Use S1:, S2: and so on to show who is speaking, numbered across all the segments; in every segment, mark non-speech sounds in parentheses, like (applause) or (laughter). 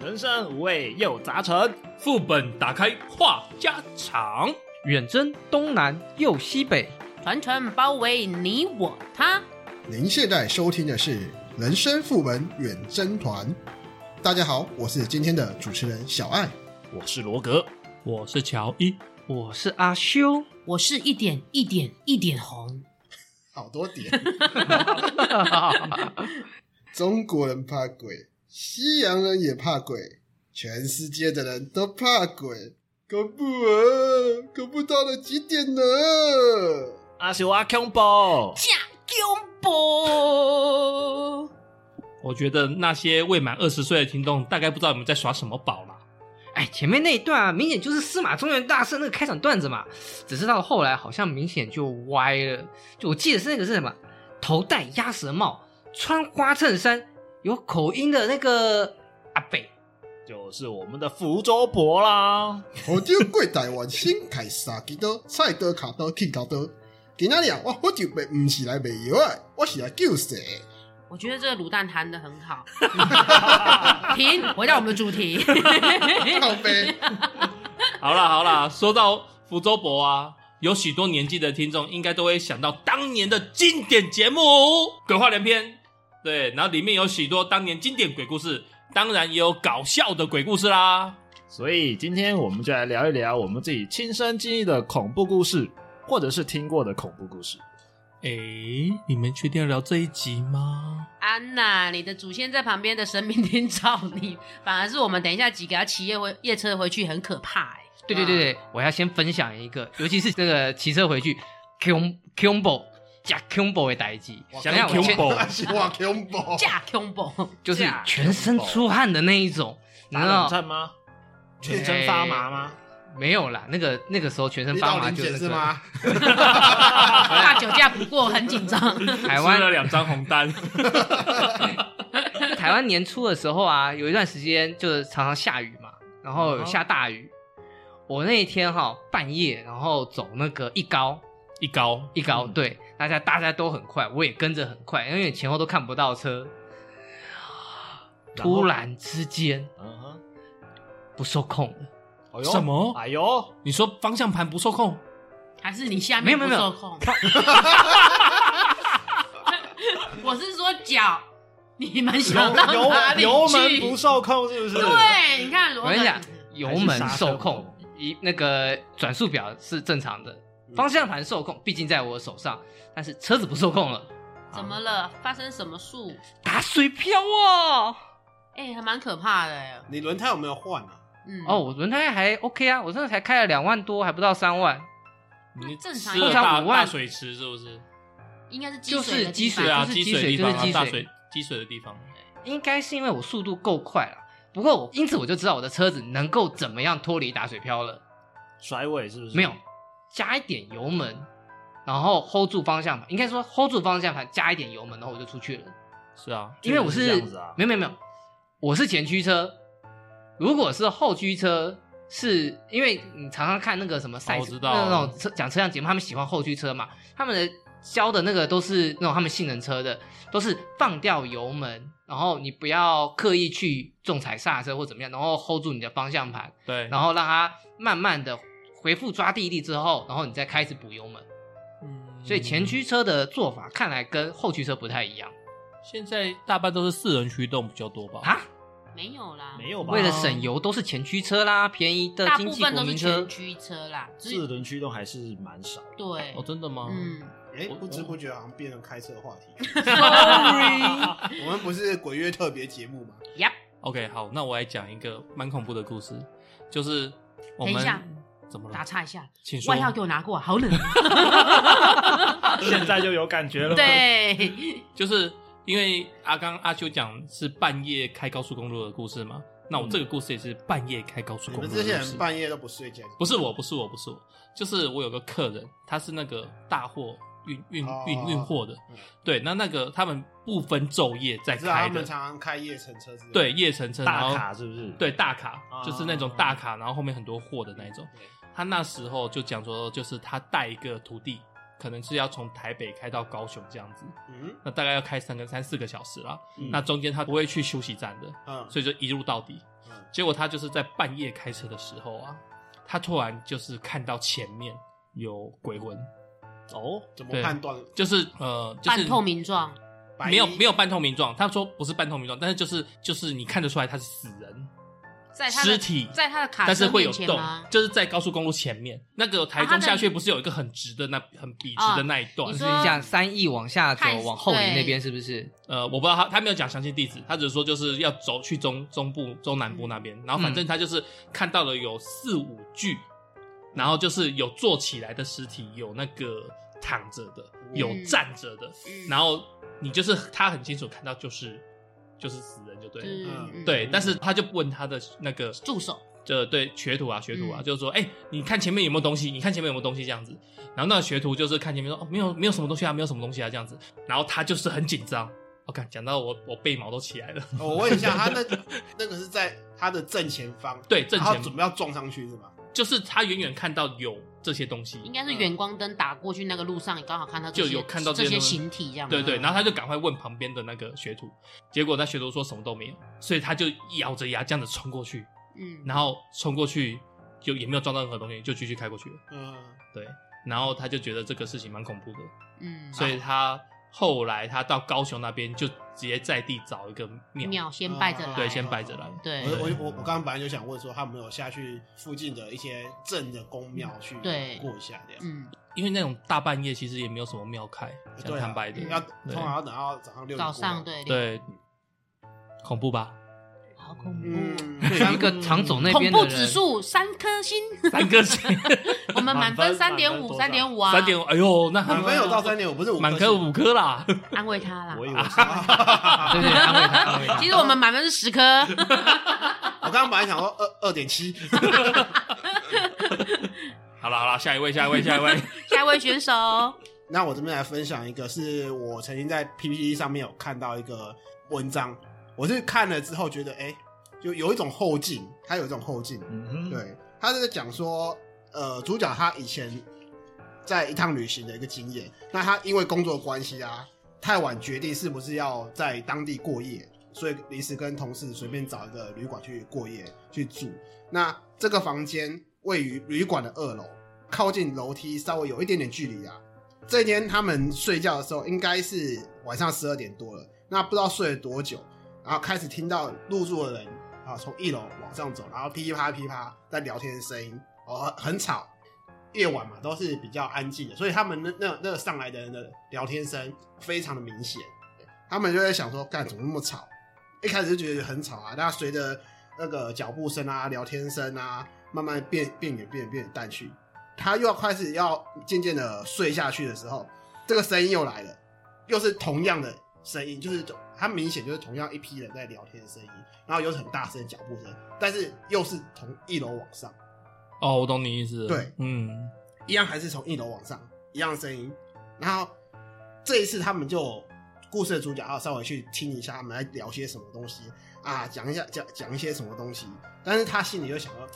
S1: 人生五味又杂陈，
S2: 副本打开话家常，
S3: 远征东南又西北，
S4: 团团包围你我他。
S5: 您现在收听的是《人生副本远征团》。大家好，我是今天的主持人小爱。
S1: 我是罗格。
S2: 我是乔伊，
S3: 我是阿修。
S4: 我是一点一点一点红，
S5: 好多点， (laughs) 中国人怕鬼，西洋人也怕鬼，全世界的人都怕鬼，恐怖啊！恐怖到了极点呢！
S1: (laughs) 阿修阿 combo，
S4: 假恐怖。
S2: 我觉得那些未满二十岁的听众大概不知道你们在耍什么宝啦。
S3: 哎，前面那一段啊，明显就是司马中原大师那个开场段子嘛，只是到后来好像明显就歪了。就我记得是那个是什么，头戴鸭舌帽，穿花衬衫，有口音的那个阿北，
S1: 就是我们的福州博啦。
S5: 我就跪台湾新凯撒基多菜刀卡刀 King 卡刀，今仔日啊我我就被唔是来卖药啊，我是来救世。
S4: 我觉得这个卤蛋弹的很好。停，回到我们的主题。
S5: 靠 (laughs) 背，
S2: 好啦好啦，说到福州博啊，有许多年纪的听众应该都会想到当年的经典节目《鬼话连篇》，对，然后里面有许多当年经典鬼故事，当然也有搞笑的鬼故事啦。
S1: 所以今天我们就来聊一聊我们自己亲身经历的恐怖故事，或者是听过的恐怖故事。
S2: 诶，你们确定要聊这一集吗？
S4: 安娜，你的祖先在旁边的神明厅罩你，反而是我们等一下几个要骑夜回夜车回去，很可怕哎、
S3: 对对对对，我要先分享一个，尤其是这个骑车回去 c u m b o 加 c u m b o 的代机，
S2: 想
S3: 想我
S2: Q
S3: 先
S2: 宝，
S5: 啊是我 Q 宝，
S4: 假恐怖。
S3: 就是
S1: 假
S3: 全身出汗的那一种，你
S1: 打
S3: 知
S1: 冷
S3: 道
S1: 战吗？全身发麻吗？
S3: 没有啦？那个那个时候全身
S5: 你
S3: 发
S5: 到
S3: 麻
S5: 林
S3: 就
S5: 姐
S3: 那
S5: 是
S3: 个
S5: 吗？
S4: 怕酒驾不过，很紧张。
S1: (laughs)
S3: 台
S2: 吃了
S3: 湾
S2: 两张红单。
S3: 台湾年初的时候啊，有一段时间就是常常下雨嘛，然后有下大雨。我那一天哈、半夜，然后走那个一高
S2: 一高，
S3: 一高，
S1: 嗯
S3: 对，大家大家都很快，我也跟着很快，因为前后都看不到车。
S1: 然后
S3: 突然之间
S1: (laughs) 嗯哼，
S3: 不受控了，
S1: 哎呦
S2: 什么
S1: 哎呦，
S2: 你说方向盘不受控，
S4: 还是你下面
S3: 没
S4: 不
S3: 有没有
S4: 受控？ (laughs) 我是说脚，你们想到
S1: 油
S4: 哪里
S1: 油门
S4: 去？
S1: 不受控是不是？
S4: 对，你看罗
S3: 我跟你讲
S4: 德，，
S3: 油门
S1: 还是刹车
S3: 受
S1: 不
S3: 控
S1: 够，
S3: 一那个转速表是正常的，方向盘受控，毕竟在我手上，但是车子不受控了，
S4: 怎么了？发生什么树？
S3: 打水漂哦！
S4: 哎、还蛮可怕的哎。
S6: 你轮胎有没有换啊？
S4: 嗯，
S3: 哦，，我轮胎还 OK 啊，我真的才开了两万多，还不到三万，
S2: 你
S4: 正常
S2: 吃了
S3: 通常
S2: 大
S3: 五万
S2: 大水池是不是？
S4: 应该是积
S3: 就
S4: 水
S3: 是
S4: 的地
S3: 积
S4: 方
S3: 水
S2: 对啊，
S3: 就是
S2: 积
S3: 积
S2: 水
S3: 水
S2: 的地方
S3: 就是积
S2: 啊，大
S3: 水
S2: 水积水的地方。
S3: 应该是因为我速度够快了。不过我因此我就知道我的车子能够怎么样脱离打水漂了，
S1: 甩尾是不是？
S3: 没有，加一点油门，然后 hold 住方向盘，应该说 hold 住方向盘，加一点油门，然后我就出去了。
S2: 是啊，
S3: 因为我是
S1: 这样子啊
S3: 没有没有没有，我是前驱车。如果是后驱车，是因为你常常看那个什么赛
S2: 哦我
S3: 车、
S2: 知道
S3: 那种车讲车辆节目，他们喜欢后驱车嘛，他们的教的那个都是那种他们性能车的，都是放掉油门，然后你不要刻意去重踩刹车或怎么样，然后 hold 住你的方向盘，
S2: 对，
S3: 然后让它慢慢的回复抓地力之后，然后你再开始补油门。
S2: 嗯
S3: 所以前驱车的做法看来跟后驱车不太一样
S2: 嗯现在大半都是四人驱动比较多吧？
S3: 啊。
S4: 没有啦，
S1: 没有吧？
S3: 为了省油，都是前驱车啦，便宜的
S4: 哦大
S3: 经
S4: 部
S3: 济
S4: 分
S3: 国
S4: 都是
S3: 民车
S4: 全。驱车啦，只
S1: 四轮驱动还是蛮少的。
S4: 对
S2: 哦，，真的吗？
S4: 嗯，
S6: 哎、
S2: 我
S6: 不知不觉好像变成开车话题。
S4: (laughs)
S5: (laughs)
S6: 我们不是鬼月特别节目吗？
S4: 呀，
S2: OK，好，那我来讲一个蛮恐怖的故事，就是我
S4: 等一
S2: 们
S4: 下
S2: 怎么
S4: 打
S2: 了？
S4: 岔一下，
S2: 请说
S4: 外。套给我拿过来，好
S3: (laughs)
S4: 冷。
S1: 现在就有感觉了。，
S4: 对，
S2: 就是因为阿刚阿修讲是半夜开高速公路的故事嘛，那我
S4: 嗯
S2: 这个故事也是半夜开高速
S6: 你
S2: 公路的
S6: 们
S2: 故事。
S6: 这些人半夜都不睡觉，
S2: 不是我，不是我，不是我，就是我有个客人，他是那个大货运运
S6: 哦
S2: 运运货的
S6: 嗯，
S2: 对，那那个他们不分昼夜在
S6: 知道他
S2: 开
S6: 们
S2: 的，
S6: 常常开夜程车之类的
S2: 对，，夜乘车，然
S1: 大
S2: 后
S1: 卡是不是？
S2: 对大卡
S1: 啊
S2: 就是那种大卡，然后后面很多货的那一种。他那时候就讲说，就是他带一个徒弟，可能是要从台北开到高雄这样子，
S5: 嗯
S2: 那大概要开三个三四个小时啦。
S5: 嗯
S2: 那中间他不会去休息站的，
S5: 嗯
S2: 所以就一路到底
S5: 嗯。
S2: 结果他就是在半夜开车的时候啊，他突然就是看到前面有鬼魂，
S5: 哦，怎么
S2: 对
S5: 判断？
S2: 就是呃，就是
S4: 半透明状，
S5: 白
S2: 没有
S5: 衣
S2: 没有半透明状，他说不是半透明状，但是就是就是你看得出来他是死人，
S4: 在他的
S2: 尸体
S4: 在他的卡
S2: 但是
S4: 车
S2: 会
S4: 面
S2: 有
S4: 前
S2: 洞
S4: 吗，？
S2: 就是在高速公路前面那个台
S4: 啊他
S2: 中
S4: 的哦
S2: 下去不是有一个很直的那很笔直的那一段
S4: 你
S3: 就
S4: 说
S3: 是像三义往下走
S4: 太，
S3: 往后营那边是不是？
S2: 呃，我不知道他他没有讲详细地址，他只是说就是要走去中中部、中南部那边，然后反正他就是看到了有四五具，然后就是有坐起来的尸体，有那个躺着的，有站着的，
S4: 嗯
S2: 然后你就是他很清楚看到就是就是死人就对了，
S4: 嗯嗯
S2: 对，但是他就问他的那个
S4: 助手，
S2: 就对学徒啊，学徒啊，
S4: 嗯
S2: 就是说，哎、你看前面有没有东西？你看前面有没有东西？这样子。然后那个学徒就是看前面说，哦，没有，没有什么东西啊，没有什么东西啊，这样子。然后他就是很紧张。我、看讲到我，我背毛都起来了。 (laughs)
S5: 哦我问一下，他那那个是在他的正前方，
S2: 对，正
S5: 然后
S2: 前
S5: 准备要撞上去是吗？
S2: 就是他远远看到有这些东西，
S4: 应该是远光灯打过去那个路上，你刚好看到这些
S2: 就有看到这
S4: 这
S2: 些
S4: 些
S2: 东西
S4: 形体这样。啊
S2: 对对。然后他就赶快问旁边的那个学徒，结果那学徒说什么都没有，所以他就咬着牙这样子冲过去，
S4: 嗯，
S2: 然后冲过去就也没有撞到任何东西，就继续开过去了。
S5: 嗯，
S2: 对，然后他就觉得这个事情蛮恐怖的。
S4: 嗯，
S2: 所以他后来他到高雄那边就直接在地找一个庙，
S4: 庙先拜着
S5: 嗯
S4: 来，
S2: 对，先拜着来。
S4: 对
S5: 我我我我刚刚本来就想问说，他有没有下去附近的一些镇的宫庙去
S4: 嗯对
S5: 过一下这样？
S4: 嗯，
S2: 因为那种大半夜其实也没有什么庙开，讲
S5: 对啊
S2: 坦白的，
S5: 要
S2: 对
S5: 通常要等到早上六点
S4: 早
S5: 过后
S4: 上，对，
S2: 对，恐怖
S4: (laughs)
S2: 吧？
S4: 好恐怖。
S5: 嗯，
S3: 对一个常总那
S4: 恐
S3: 边的
S4: 怖
S3: 人
S4: 指数三颗
S2: (laughs)
S4: 星，
S2: 三个星，
S4: 我们满分三点五，
S1: 满
S4: 三
S1: 分
S4: 点五啊，
S2: 三点五，哎呦，那
S5: 满
S2: 很
S5: 分有到三点，我不是五
S2: 满
S5: 颗
S2: 科
S5: 星，
S2: 五颗啦，
S4: 安慰他啦
S5: 我。
S1: 啊
S5: 以为
S6: 啊
S5: 是。
S3: (laughs) 对对，安慰他，安慰他。
S4: 其实我们满分是十颗，
S5: 我刚刚本来想说二二点七，
S4: 啊
S2: 好了好了，下一位，下一位，下
S5: (laughs)
S2: 一位，
S4: 下一位选手，
S5: 那我这边来分享一个，是我曾经在 PPT 上面有看到一个文章，我是看了之后觉得，哎、就有一种后劲，它有一种后劲。
S1: 嗯哼，
S5: 对，他是在讲说，呃，主角他以前在一趟旅行的一个经验，那他因为工作关系啊，太晚决定是不是要在当地过夜，所以临时跟同事随便找一个旅馆去过夜去住。那这个房间位于旅馆的二楼，靠近楼梯稍微有一点点距离啊。这一天他们睡觉的时候应该是晚上十二点多了，那不知道睡了多久，然后开始听到入住的人啊从一楼往上走，然后噼啪噼啪在聊天的声音，哦很很吵。夜晚嘛都是比较安静的，所以他们那那那上来的人的聊天声非常的明显，他们就在想说，干怎么那么吵？一开始就觉得很吵啊，但随着那个脚步声啊、聊天声啊，慢慢变变远、变远、变远淡去，他又要开始要渐渐的睡下去的时候，这个声音又来了，又是同样的声音，就是他明显就是同样一批人在聊天的声音，然后又是很大声的脚步声，但是又是从一楼往上，
S2: 哦，我懂你意思，
S5: 对，
S2: 嗯，
S5: 一样还是从一楼往上，一样的声音。然后这一次他们就故事的主角要稍微去听一下他们在聊些什么东西啊，讲一下讲讲一些什么东西，但是他心里就想说。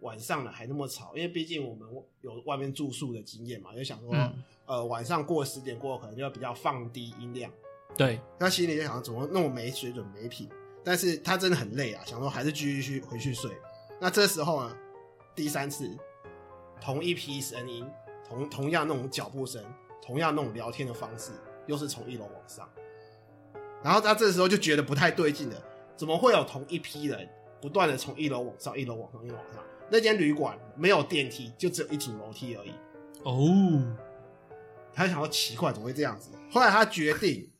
S5: 晚上了还那么吵，因为毕竟我们有外面住宿的经验嘛，就想说，
S2: 嗯
S5: 呃，晚上过十点过后可能就要比较放低音量，
S2: 对，
S5: 他心里就想，怎么那么没水准、没品？但是他真的很累啊，想说还是继续去回去睡。那这时候呢，第三次，同一批声音，同同样那种脚步声，同样那种聊天的方式，又是从一楼往上。然后他这时候就觉得不太对劲了，怎么会有同一批人不断的从一楼往上、一楼往上、一楼往上？那间旅馆没有电梯，就只有一组楼梯而已。
S2: 哦，
S5: 他想要奇怪怎么会这样子。后来他决定，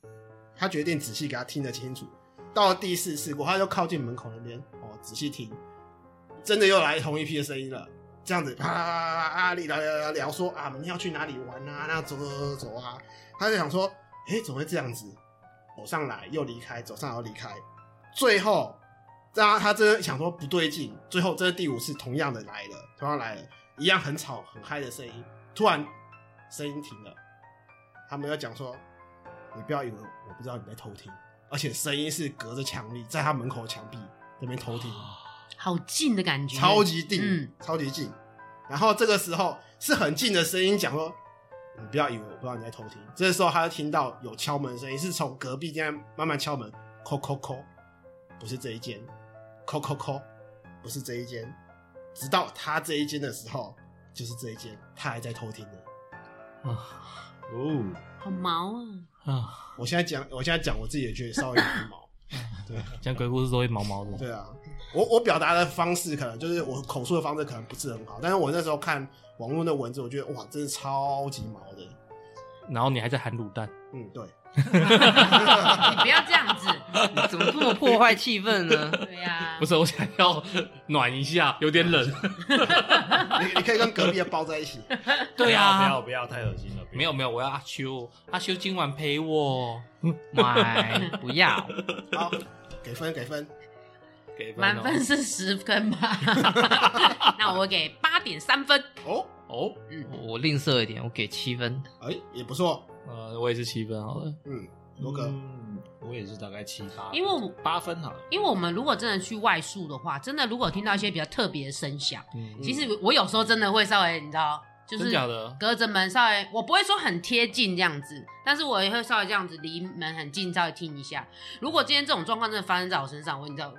S5: 他决定仔细给他听得清楚。到了第四次过，他就靠近门口那边哦，仔细听，真的又来同一批的声音了。这样子啪啪啪啪聊聊聊聊说啊，明天要去哪里玩啊？那走走走走啊！他就想说，诶，怎么会这样子？走上来又离开，走上来又离开，最后让他他真的想说不对劲，最后这是第五次同样的来了，同样来了，一样很吵很嗨的声音，突然声音停了，他们要讲说，你不要以为我不知道你在偷听，而且声音是隔着墙壁，在他门口的墙壁那边偷听，
S4: 好近的感觉，
S5: 超级近，
S4: 嗯
S5: 超级近。然后这个时候是很近的声音讲说，
S6: 你不要以为我不知道你在偷听。”这时候他就听到有敲门声音，是从隔壁间慢慢敲门，叩叩叩，不是这一间，叩叩叩，不是这一间，直到他这一间的时候，就是这一间，他还在偷听呢。
S1: 哦，
S4: 好毛啊！
S2: 啊，
S6: 我现在讲，我现在讲我自己也觉得稍微有点毛。
S2: 讲鬼故事都会毛毛的。
S6: 对啊，我我表达的方式可能就是我口述的方式可能不是很好，但是我那时候看网络的文字，我觉得哇，真是超级毛的。
S2: 然后你还在喊卤蛋，
S6: 嗯，对， (laughs)
S2: (laughs)
S4: 你啊 (laughs) 不要这样子，
S3: 你怎么这么破坏气氛呢？ (laughs)
S4: 对呀、
S2: 不是我想要 (laughs) 暖一下，有点冷。
S6: 你你可以跟隔壁的抱在一起。
S2: 对
S1: 不
S2: 啊
S1: 要，不要太恶心了，
S2: 没有没有，我要阿修，阿修今晚陪我，
S3: 买不要，
S6: 好，给分给分，
S2: 给分哦
S4: 满分是十分
S2: (laughs)
S4: 吧， (laughs) 那我给八点三分。
S6: 哦，
S2: 哦。
S3: 我我吝啬一点，我给七分。
S6: 哎、也不错。
S2: 呃，我也是七分好了。
S6: 嗯，罗哥，
S1: 嗯，我也是大概七八，
S4: 因为我
S1: 八分好了。
S4: 因为我们如果真的去外宿的话，真的如果听到一些比较特别的声响，
S2: 嗯，
S4: 其实我有时候真的会稍微你知道，就
S2: 真
S4: 是
S2: 假的？
S4: 隔着门稍微，我不会说很贴近这样子，但是我也会稍微这样子离门很近，稍微听一下。如果今天这种状况真的发生在我身上，我你知道，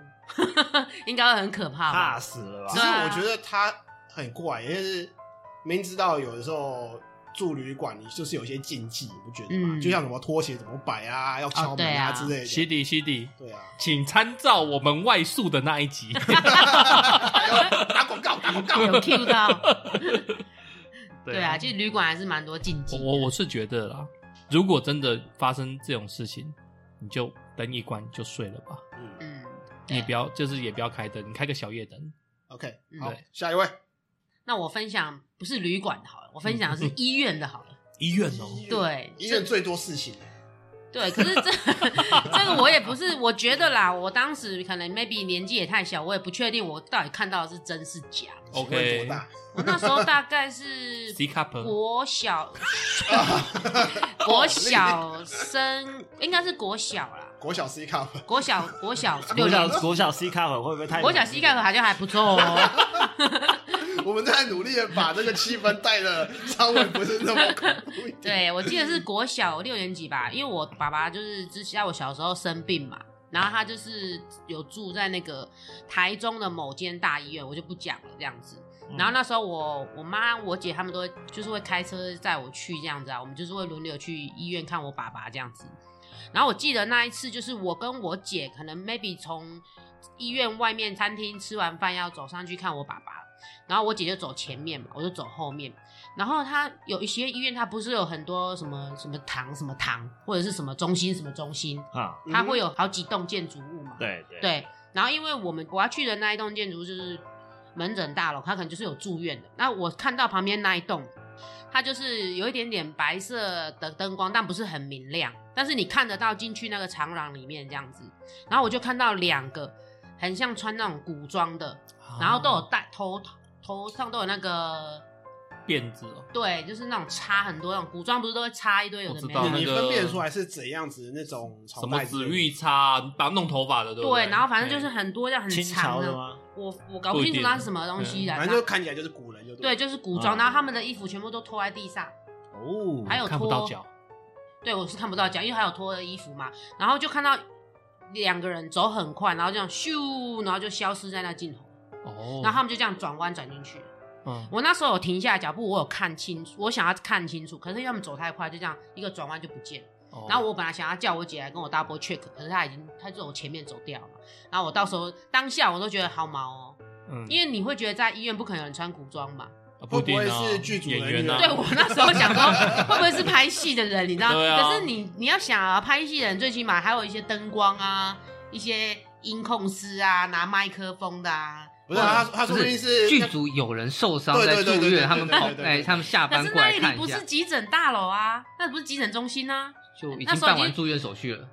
S4: (laughs) 应该会很可怕吧
S1: 怕？死了
S6: 只
S1: 吧？
S6: 是
S4: 对啊
S6: 我觉得他很怪，因为是明知道有的时候住旅馆，你就是有一些禁忌，你不觉得吗？
S4: 嗯
S6: 就像什么拖鞋怎么摆啊，要敲
S4: 哦
S6: 门
S4: 对
S6: 啊
S4: 啊
S6: 之类的。
S2: 西迪西迪，
S6: 对啊，
S2: 请参照我们外宿的那一
S4: (laughs)
S2: 集。
S4: 啊
S6: 打广告打广告。
S4: 有 Q
S2: (laughs)
S4: 到，对啊，
S2: 啊，
S4: 其实旅馆还是蛮多禁忌
S2: 我
S4: 的。
S2: 我我是觉得啦，如果真的发生这种事情，你就灯一关就睡了吧，
S6: 嗯
S4: 嗯，对
S2: 你不要就是也不要开灯，你开个小夜灯。
S6: ，OK，
S4: 嗯
S6: 好
S2: 对，
S6: 下一位。
S4: 那我分享不是旅馆的好了，我分享的是医院的好了。
S2: 医院哦，
S4: 对
S6: 医院最多事情，
S4: 对，可是这这个我也不是，我觉得啦，我当时可能 maybe 年纪也太小，我也不确定我到底看到的是真是假。
S2: OK
S6: 请问多大？
S4: 我那时候大概
S2: (laughs)
S4: 是
S2: C cup
S4: 国小，国小生应该是国小啦，
S6: 国小 C cup，
S4: 国小国小六
S1: 国小
S4: 年级，
S1: 国小 C 卡粉会不会太？
S4: 国小膝盖好像还不错哦。
S6: (laughs) 我们在努力的把这个气氛带的稍微不是那么恐怖一
S5: (laughs)
S6: 点。
S4: 对，我记得是国小六年级吧，因为我爸爸就是之前在我小时候生病嘛，然后他就是有住在那个台中的某间大医院，我就不讲了这样子。
S1: 嗯
S4: 然后那时候我我妈我姐他们都会就是会开车载我去这样子啊，我们就是会轮流去医院看我爸爸这样子。然后我记得那一次就是我跟我姐可能 maybe 从医院外面餐厅吃完饭要走上去看我爸爸，然后我姐就走前面嘛，我就走后面。然后他有一些医院，它不是有很多什么什么堂什么堂或者是什么中心什么中心，
S1: 啊，
S4: 它会有好几栋建筑物嘛。
S1: 对对，
S4: 对，然后因为我们我要去的那一栋建筑就是门诊大楼，它可能就是有住院的。那我看到旁边那一栋，它就是有一点点白色的灯光，但不是很明亮，但是你看得到进去那个长廊里面这样子。然后我就看到两个很像穿那种古装的，然后都
S2: 啊
S4: 有戴头头上都有那个。
S2: 辫子哦，
S4: 对，就是那种插很多那种古装，不是都会插一堆有的没
S2: 我
S4: 的
S2: 知道
S6: 你你
S2: 那个
S6: 分辨出来是怎样子的那种朝
S2: 什么
S6: 代之
S2: 紫
S6: 类的
S2: 玉叉，把弄头发的对不
S4: 对，然后反正就是
S2: 嘿
S4: 很多这样很
S1: 清朝
S4: 长
S1: 的
S4: 的，
S1: 吗？
S4: 我我搞不清楚
S2: 啊
S4: 它是什么东
S2: 嗯
S4: 西的。
S6: 反正就看起来就是古人，就
S4: 对，
S6: 对。
S4: 就是古
S1: 嗯
S4: 装，然后他们的衣服全部都拖在地上，
S1: 哦，
S4: 还有
S2: 看不到
S4: 脱，
S2: 脚，
S4: 对我是看不到脚，因为还有脱的衣服嘛。然后就看到两个人走很快，然后这样咻，然后就消失在那镜头，
S2: 哦，
S4: 然后他们就这样转弯转进去。
S2: 嗯，
S4: 我那时候有停下脚步，我有看清楚，我想要看清楚，可是因为他们走太快，就这样一个转弯就不见了。
S2: 哦
S4: 然后我本来想要叫我姐来跟我 double check，可是她已经她就我前面走掉了嘛。然后我到时候当下我都觉得好毛哦，
S2: 嗯
S4: 因为你会觉得在医院不可能有人穿古装嘛。
S2: 啊不一定啊
S6: 会不会是剧组人
S2: 演
S6: 员
S2: 员啊？
S4: 对我那时候想说，会不会是拍戏的人，你知道？
S2: 对啊
S4: 可是你你要想啊，拍戏的人最起码还有一些灯光啊，一些音控师啊，拿麦克风的啊。
S6: 不是他，他说
S3: 不
S6: 不定是
S3: 是剧组有人受伤
S6: 对
S3: 在
S6: 对
S3: 住
S6: 对对对
S3: 院，他们
S6: 对对
S3: 跑
S6: 对对
S3: 哎，他们下
S4: 可
S3: 班
S4: 是
S3: 过
S4: 那
S3: 来
S4: 里
S3: 看
S4: 不
S3: 一下
S4: 是，急诊大楼啊，那不是急诊中心啊。
S3: 就已
S4: 那
S3: 经
S4: 时候已
S3: 办完
S4: 经
S3: 住院手续了。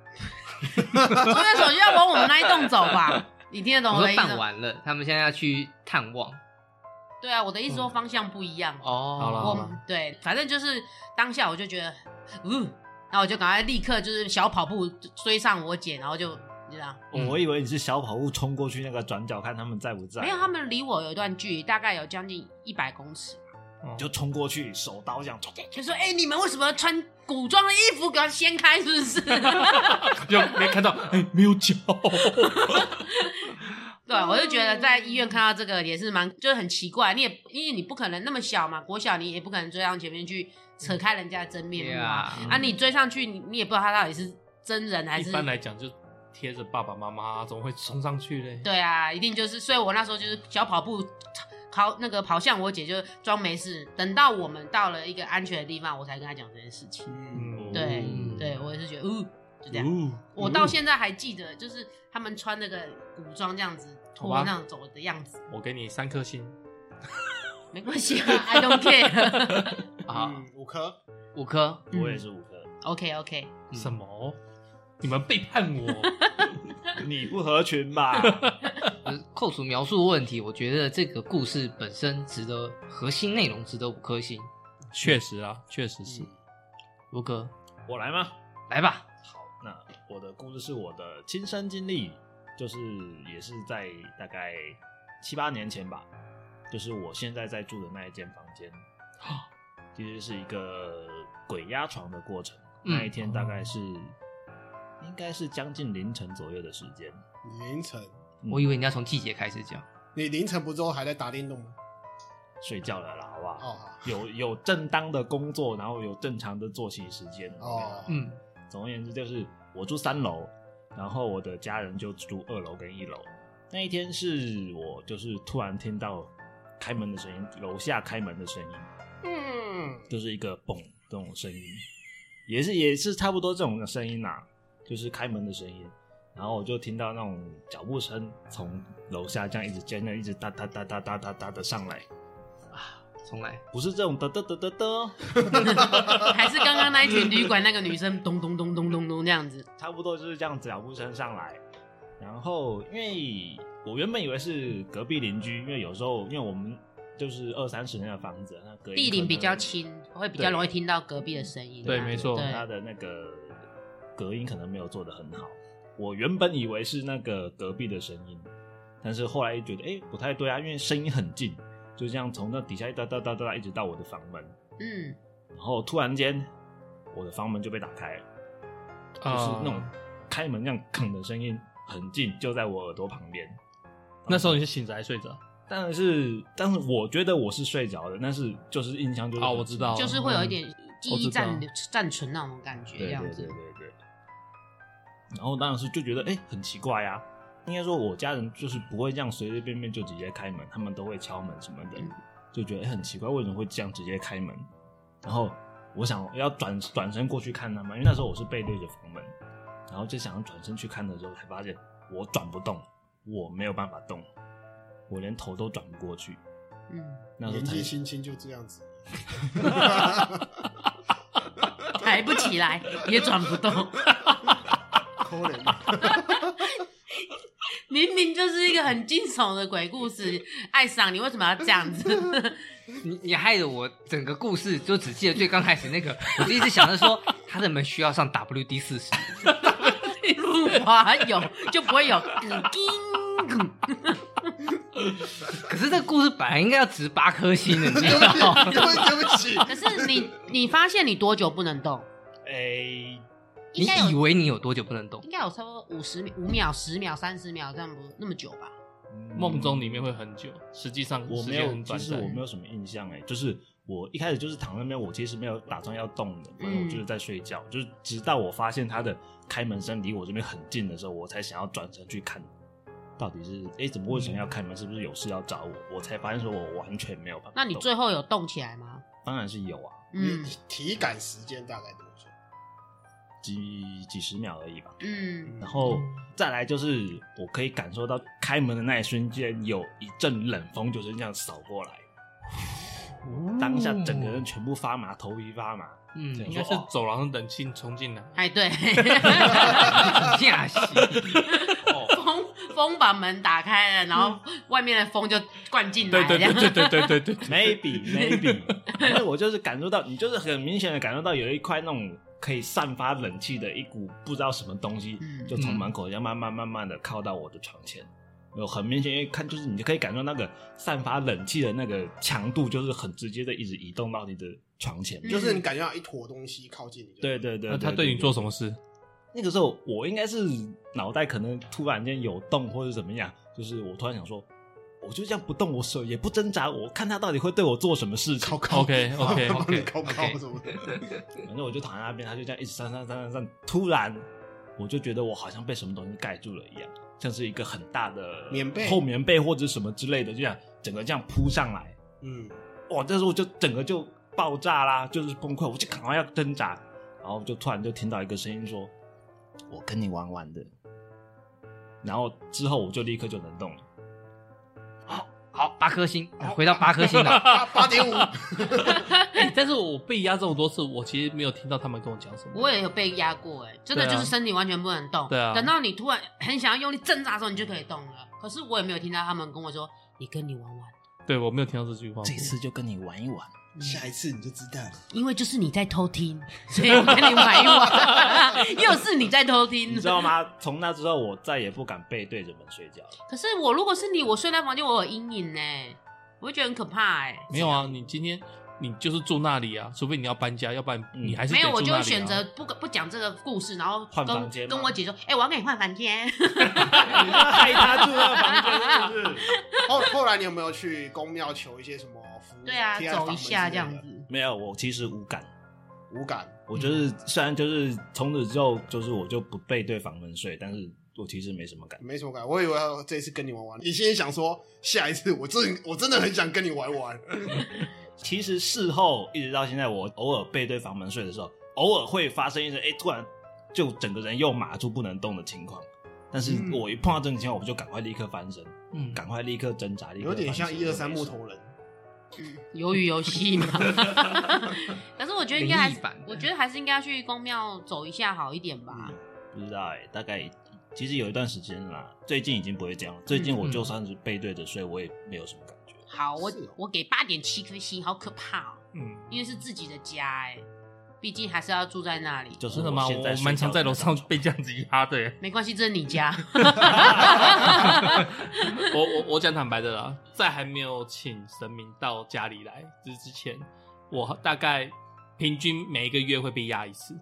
S4: 住院手续要往我们那一栋走吧？你听得懂
S3: 我
S4: 我的
S3: 说
S4: 意思
S3: 办
S4: 吗？
S3: 完了，他们现在要去探望。
S4: 对啊，我的意
S3: 嗯
S4: 思说方向不一样。
S3: 哦，
S2: 好啦好啦
S4: 我对，反正就是当下我就觉得，嗯，然后我就赶快立刻就是小跑步追上我姐，然后就你知道，
S2: 嗯
S1: 我以为你是小跑步冲过去那个转角看他们在不在，
S4: 没有，他们离我有一段距离，大概有将近一百公尺。
S2: 哦
S1: 就冲过去，手刀这样，唰唰
S4: 就说：“哎、你们为什么穿古装的衣服给它掀开？是不是？” (laughs)
S2: (laughs) 就没看到，哎，没有脚，
S4: 对，我就觉得在医院看到这个也是蛮，就是很奇怪。你也因为你不可能那么小嘛，国小你也不可能追上前面去扯开人家的真面目啊。
S3: Yeah
S4: 啊，你追上去，你你也不知道他到底是真人 (laughs) 还
S2: 嗯一
S4: 是
S2: 般来讲就贴着爸爸妈妈，怎么会冲上去嘞？
S4: 对啊，一定就是。所以我那时候就是小跑步跑那个跑向我姐，就装没事。等到我们到了一个安全的地方，我才跟她讲这件事情。
S2: 嗯，
S4: 对
S3: 嗯
S4: 对，我也是觉得，呜，就这样。
S2: 哦，
S4: 我到现在还记得，就是他们穿那个古装这样子拖
S2: 好吧
S4: 那样走的样子，
S2: 我给你三颗星
S4: 没关系
S1: (laughs)
S4: 啊，I don't care
S3: 啊，
S6: 嗯，五颗，
S3: 五颗，
S4: 嗯
S1: 我也是五
S4: (laughs)
S1: 颗，
S4: OK OK，
S2: 什么？你们背叛
S4: (laughs)
S2: 我？
S1: 你不合群吧？ (laughs)
S3: 呃扣除描述问题，我觉得这个故事本身值得，核心内容值得五颗星，
S2: 确实啊，确实是。
S6: 嗯
S3: 如哥
S1: 我来吗？
S3: 来吧，
S1: 好，那我的故事是我的亲身经历，就是也是在大概七八年前吧，就是我现在在住的那一间房间，
S6: 啊
S1: (sniffs) 其实是一个鬼压床的过程。
S3: 嗯
S1: 那一天大
S6: 哦
S1: 概是、应该是将近凌晨左右的时间，
S6: 凌晨，
S1: 嗯
S3: 我以为你要从季节开始讲，
S6: 你凌晨不之后还在打电动吗？
S1: 睡觉了啦，好不好？
S6: 哦好
S1: 有有正当的工作，然后有正常的作息时间。
S6: 哦，
S3: 嗯，
S1: 总而言之，就是我住三楼，然后我的家人就住二楼跟一楼。那一天是我就是突然听到开门的声音，楼下开门的声音，
S6: 嗯，
S1: 就是一个嘣这种声音，也是也是差不多这种的声音啦、就是开门的声音。然后我就听到那种脚步声从楼下这样一直接着一直哒哒哒哒哒哒哒的上来，
S3: 重来，
S1: 不是这种哒哒哒哒哦哒，
S4: 还是刚刚那一群旅馆那个女生咚咚咚咚咚咚那样子，
S1: 差不多就是这样子脚步声上来。然后因为我原本以为是隔壁邻居，因为有时候因为我们就是二三十年的房子，那隔音
S4: 地
S1: 可能
S4: 龄比较，轻，会比较容易听到隔壁的声音啊。
S2: 对没错
S4: 对
S1: 它的那个隔音可能没有做得很好。我原本以为是那个隔壁的声音，但是后来觉得哎不太对啊，因为声音很近，就这样从那底下一哒哒哒哒哒一直到我的房门，
S4: 嗯，
S1: 然后突然间我的房门就被打开了。就是
S2: 呃
S1: 那
S2: 哦
S1: 种开门这样吭的声音很近，就在我耳朵旁边。嗯
S2: 那时候你是醒着还是睡着？
S1: 但是，但是我觉得我是睡着的，但是就是印象就是
S2: 啊，我知道，
S4: 就是会有一点记
S2: 我知
S4: 忆
S2: 道
S4: 暂暂存那种感觉，
S1: 对
S4: 这
S1: 对
S4: 样
S1: 对
S4: 子
S1: 对。对。然后当然是就觉得哎、诶很奇怪啊，应该说我家人就是不会这样随随便便就直接开门，他们都会敲门什么的，
S4: 嗯
S1: 就觉得、诶很奇怪，为什么会这样直接开门？然后我想要转转身过去看他们，因为那时候我是背对着房门，然后就想要转身去看的时候，才发现我转不动，我没有办法动，我连头都转不过去。
S4: 嗯，
S1: 那时候
S6: 年
S1: 才
S6: 纪轻轻就这样 (laughs) 子，
S4: 抬不起来，也转不动， (laughs)
S6: 抠脸，
S4: 明明就是一个很惊悚的鬼故事。爱上你为什么要这样子？
S3: (laughs)
S4: (laughs)
S3: 你你害得我整个故事就只记得最刚开始那 (laughs) 个，我就一直想着说他的门需要上 WD 四十，
S4: 不滑有就不会有咕叮咕。
S3: 可是这个故事本来应该要值八颗星的，你知
S6: 对不
S3: 道
S6: 起，
S3: 吗？
S6: 对不起对不起，
S4: 可是你你发现你多久不能动？
S1: 诶、
S4: 应
S3: 你
S4: 该有
S3: 以为你有多久不能动？
S4: 应该有差不多五十五秒、十秒、三十秒这样不那么久吧？
S1: 嗯
S2: 梦中里面会很久，实际上
S1: 我
S2: 时
S1: 没
S2: 间
S1: 有，
S2: 很
S1: 其
S2: 短
S1: 实
S2: 暂
S1: 我。没有什么印象哎、就是我一开始就是躺在那边，我其实没有打算要动的，反正我
S4: 嗯
S1: 就是在睡觉，就是直到我发现他的开门声离我这边很近的时候，我才想要转身去看，到底是哎、怎么会
S4: 嗯
S1: 想要开门，是不是有事要找我？我才发现说我完全没有办法动。
S4: 那你最后有动起来吗？
S1: 当然是有啊，
S4: 嗯
S6: 你体感时间大概多久？
S1: 几几十秒而已吧。
S4: 嗯，
S1: 然后再来就是我可以感受到开门的那一瞬间，有一阵冷风就是这样扫过来，哦当下整
S3: (laughs)
S1: 个
S4: 嗯
S1: 人全部发麻，头皮发麻。
S3: 嗯，
S1: 对
S2: 应该是走廊的冷气冲进来，
S4: 哎对， (laughs)
S3: 假戏，
S4: (laughs) 风风把门打开了，然后外面的风就灌进来了，
S2: 嗯对对
S4: 这样
S2: 对对对对对对，
S1: (laughs)
S2: (laughs)
S1: maybe maybe，因为我就是感受到，你就是很明显的感受到有一块那种可以散发冷气的一股不知道什么东西
S4: 嗯，
S1: 就从门口一样慢慢慢慢的靠到我的床前，有很明显，因为看就是你就可以感受那个散发冷气的那个强度，就是很直接的一直移动到你的床前面。
S6: 就是你感觉到一坨东西靠近你，
S1: 对，对对
S2: 那他对你做什么事？
S1: 那个时候我应该是脑袋可能突然间有动或者怎么样，就是我突然想说，我就这样不动，我手也不挣扎，我看他到底会对我做什么事情
S6: 靠。靠
S2: OK，OK，
S6: 帮你
S2: OK，
S6: 靠靠
S3: OK
S6: 什么的，
S1: 反正我就躺在那边，他就这样一直扇扇扇扇扇，突然我就觉得我好像被什么东西盖住了一样，像是一个很大的
S6: 棉被
S1: 厚棉被或者什么之类的，就想整个这样扑上来。
S6: 嗯，
S1: 哇，这时候我就整个就爆炸啦，就是崩溃，我就赶快要挣扎，然后就突然就听到一个声音说：“我跟你玩玩的。”然后之后我就立刻就能动了，
S3: 好，八颗星，回到八颗星 (laughs) 了。
S6: 八八点五，
S2: (laughs) 哎但是我被压这么多次，我其实没有听到他们跟我讲什么。
S4: (laughs) 我也有被压过、哎，真的
S2: 对啊
S4: 就是身体完全不能动。
S2: 对啊
S4: 等到你突然很想要用力挣扎的时候，你就可以动了。可是我也没有听到他们跟我说“你跟你玩玩
S2: 对我没有听到这句话。
S1: 这次就跟你玩一
S6: 嗯
S1: 玩。”，
S6: 下一次你就知道了。
S4: 因为就是你在偷听， (laughs) 所以我跟你玩一
S2: (laughs)
S4: 玩，又是你在偷听，
S1: 你知道？吗？从那之后，我再也不敢背对着门睡觉了。
S4: 可是我如果是你，我睡在房间，我有阴影呢、我会觉得很可怕哎、
S2: 没有啊，你今天你就是住那里啊，除非你要搬家，要不然
S1: 嗯
S2: 你还是、得
S4: 没有，我
S2: 住
S4: 就
S2: 那
S4: 会
S2: 里啊
S4: 选择不不讲这个故事，然后
S1: 换
S4: 跟
S1: 房间吗
S4: 跟我姐说，哎、我要跟你换房间。
S1: 你就害他住到房间，是不是？
S6: 后后来你有没有去宫庙求一些什么符？
S4: (laughs) 对啊，
S6: 贴在房
S4: 走
S6: 门
S4: 一下
S6: 之
S4: 这
S6: 类的
S4: 样子。
S1: 没有，我其实无感。
S6: 无感，
S1: 我就是
S2: 嗯
S1: 虽然就是从此之后，就是我就不背对房门睡，但是我其实没什么感觉。
S6: 没什么感。我以为我这一次跟你玩玩，你心里想说下一次我真我真的很想跟你玩玩，
S1: 其实事后一直到现在，我偶尔背对房门睡的时候，偶尔会发生一些哎、突然就整个人又麻住不能动的情况。但是
S6: 嗯
S1: 我一碰到这种情况，我就赶快立刻翻身，
S3: 嗯，
S1: 赶快立刻挣扎，立刻
S6: 有点像
S1: 翻身
S6: 一二三木。头人。
S4: 嗯，鱿鱼游戏嘛。可是我觉得应该还
S3: 灵
S4: 是
S3: 异版，
S4: 我觉得还是应该去公庙走一下好一点吧。
S1: 不知道哎、大概其实有一段时间啦，最近已经不会这样了。最近
S2: 嗯
S1: 我就算是背对着睡，我也没有什么感觉。
S4: 好，我
S6: 是哦
S4: 我给八点七颗星，好可怕哦，
S2: 嗯。
S4: 因为是自己的家哎、毕竟还是要住在那里。
S1: 就是
S2: 真的吗？
S1: 现在
S2: 我蛮常在楼上被这样子压的
S4: (laughs)
S2: 耶。
S4: 没关系，这是你家。
S2: 我我我讲坦白的啦，在还没有请神明到家里来之之前，我大概平均每一个月会被压一次，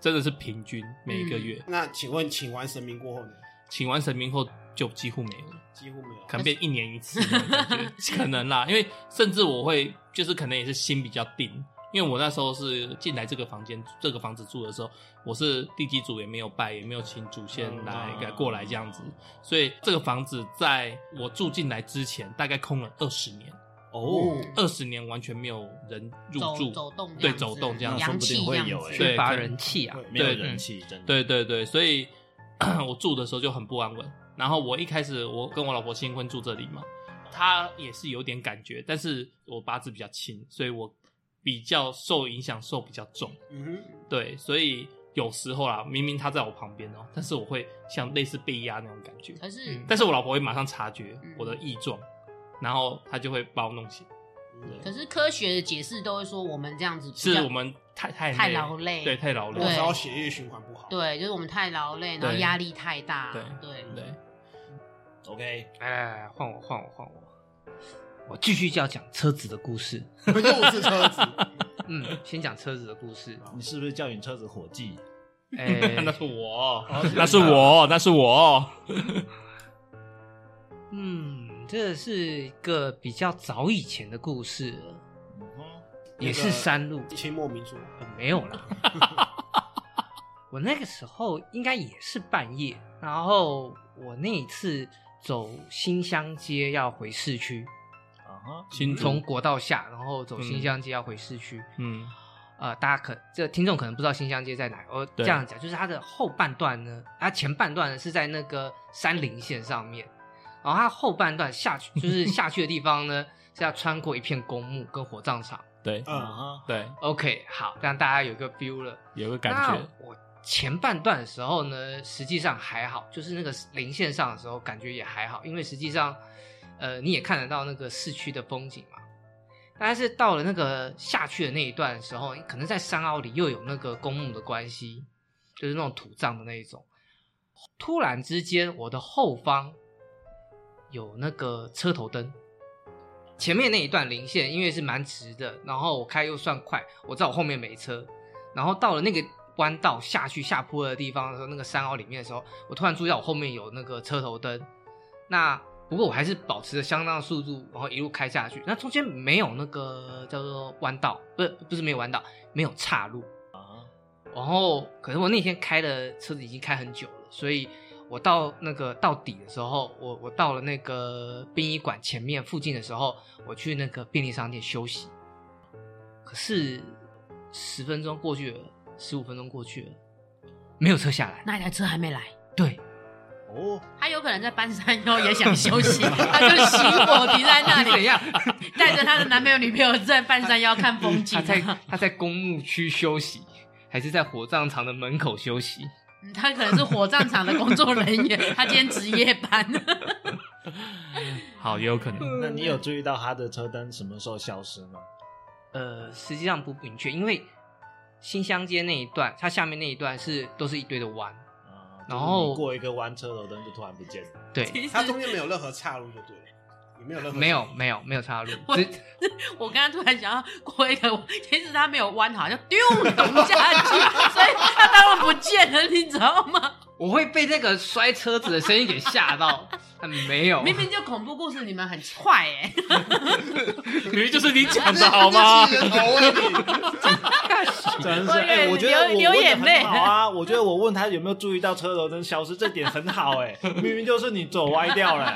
S2: 真的是平均每一个
S4: 嗯
S2: 月。
S6: 那请问请完神明过后呢？
S2: 请完神明后就几乎没有了，
S6: 几乎没有。
S2: 可能变一年一次那种感
S4: (laughs)
S2: 觉，可能啦，因为甚至我会就是可能也是心比较定。因为我那时候是进来这个房间、这个房子住的时候，我是地基主也没有拜，也没有请祖先来
S4: 啊
S1: 嗯
S2: 过来这样子，所以这个房子在我住进来之前大概空了二十年，
S1: 哦，
S2: 二十年完全没有人入
S4: 走
S2: 住，
S4: 走动这
S2: 对
S4: 样子，
S2: 走动这样子
S4: 阳气这
S1: 那说不定
S4: 样
S1: 会有欸
S4: 子。
S2: 对
S3: 缺乏
S2: 可
S3: 人气啊。
S1: 没有
S2: 哦对嗯
S1: 人气，真的。
S2: 对对对，所以 (clears throat) 我住的时候就很不安稳。然后我一开始我跟我老婆新婚住这里嘛，她也是有点感觉，但是我八字比较轻，所以我比较受影响，受比较重。
S6: 嗯哼，
S2: 对，所以有时候啦，明明她在我旁边哦、但是我会像类似被压那种感觉。
S4: 可是
S2: 但是我老婆会马上察觉
S4: 嗯
S2: 我的异状，然后她就会把我弄醒。
S4: 可是科学的解释都会说我们这样子比
S2: 是
S4: 较
S2: 我们太太
S4: 太
S2: 累
S4: 劳累
S2: 对，太劳
S6: 末
S2: 累
S4: 对，
S6: 梢血液循环不好。，
S4: 对，就是我们太劳累，然后
S2: 对
S4: 压力太大，
S2: 对
S4: 对
S2: 对，
S1: OK，
S3: 哎，换我，换我，换我，我继续就要讲车子的故事。
S6: (laughs) 又是车子，
S3: 嗯，先讲车子的故事。
S1: 你是不是叫你车子伙计？
S3: 哎，
S6: (laughs)
S2: (laughs) 那是我，那是我，那是我。
S3: 嗯，这是一个比较早以前的故事了，
S1: 嗯哼
S3: 也是山路，
S6: 清末民初，
S3: 呃没有啦。 (laughs) 我那个时候应该也是半夜，然后我那一次走新乡街要回市区，
S1: 啊哈，
S2: 新
S3: 从
S2: 竹，
S3: 国道下，然后走新乡街要回市区。
S2: 嗯，
S3: 呃，大家可这听众可能不知道新乡街在哪，我这
S2: 对
S3: 样讲，就是它的后半段呢，它前半段呢是在那个山林线上面，然后它后半段下
S2: (laughs)
S3: 去就是下去的地方呢是要穿过一片公墓跟火葬场。
S2: 对
S1: 啊
S6: 嗯，
S1: 哈，
S2: 对，
S3: OK，好，让大家有一个 feel 了。
S2: 有个感觉，
S3: 那我前半段的时候呢，实际上还好，就是那个零线上的时候，感觉也还好，因为实际上，呃，你也看得到那个市区的风景嘛。但是到了那个下去的那一段的时候，可能在山凹里又有那个公墓的关系，就是那种土葬的那一种。突然之间，我的后方有那个车头灯，前面那一段零线因为是蛮直的，然后我开又算快，我知道我后面没车，然后到了那个弯道下去下坡的地方的时候，那个山凹里面的时候，我突然注意到我后面有那个车头灯，那不过我还是保持着相当的速度，然后一路开下去，那中间没有那个叫做弯道，不是不是没有弯道，没有岔路。然后，可是我那天开的车子已经开很久了，所以我到那个到底的时候，我我到了那个殡仪馆前面附近的时候，我去那个便利商店休息。可是十分钟过去了，十五分钟过去了，没有车下来。
S4: 那一台车还没来，
S3: 对，
S1: 哦，
S4: 他有可能在半山腰也想休
S2: (laughs)
S4: 息，他就熄火停在那
S3: 怎
S4: 里，
S3: 样？
S4: 带着他的男朋友、女朋友在半山腰看风景、
S3: 他
S4: 啊。
S3: 在他在公墓区休息，还是在火葬场的门口休息？
S4: 嗯他可能是火葬场的工作人员，他今天值夜班。 (laughs)
S2: 好，也有可能。
S1: 那你有注意到他的车灯什么时候消失吗？
S3: 呃，实际上不明确，因为新乡街那一段，它下面那一段是都是一堆的弯，
S1: 啊
S3: 然后
S1: 就是你过一个弯，车头灯就突然不见了。
S2: (laughs)
S3: 对，
S4: 其实
S6: 它中间没有任何岔路，就对了，也没有任何
S3: 没有没有没有岔路，
S4: 我
S3: 只
S4: 我刚刚突然想到过一个，其实他没有弯好，就丢咚下去，所以他当然不见了，你知道吗？
S3: 我会被那个摔车子的声音给吓 (laughs) 到，但没有，
S4: 明明就恐怖故事，你们很快哎、
S2: (laughs) 明明就是你讲的好吗
S5: 这？是人头啊你
S1: 真是，
S4: 我
S1: 哎、
S4: 也
S1: 我觉得我
S4: 流流
S1: 问得
S4: 眼泪
S1: 很好啊！我觉得我问他有没有注意到车头灯消失，这点很好
S2: (laughs)
S1: 哎、明明就是你走歪掉了。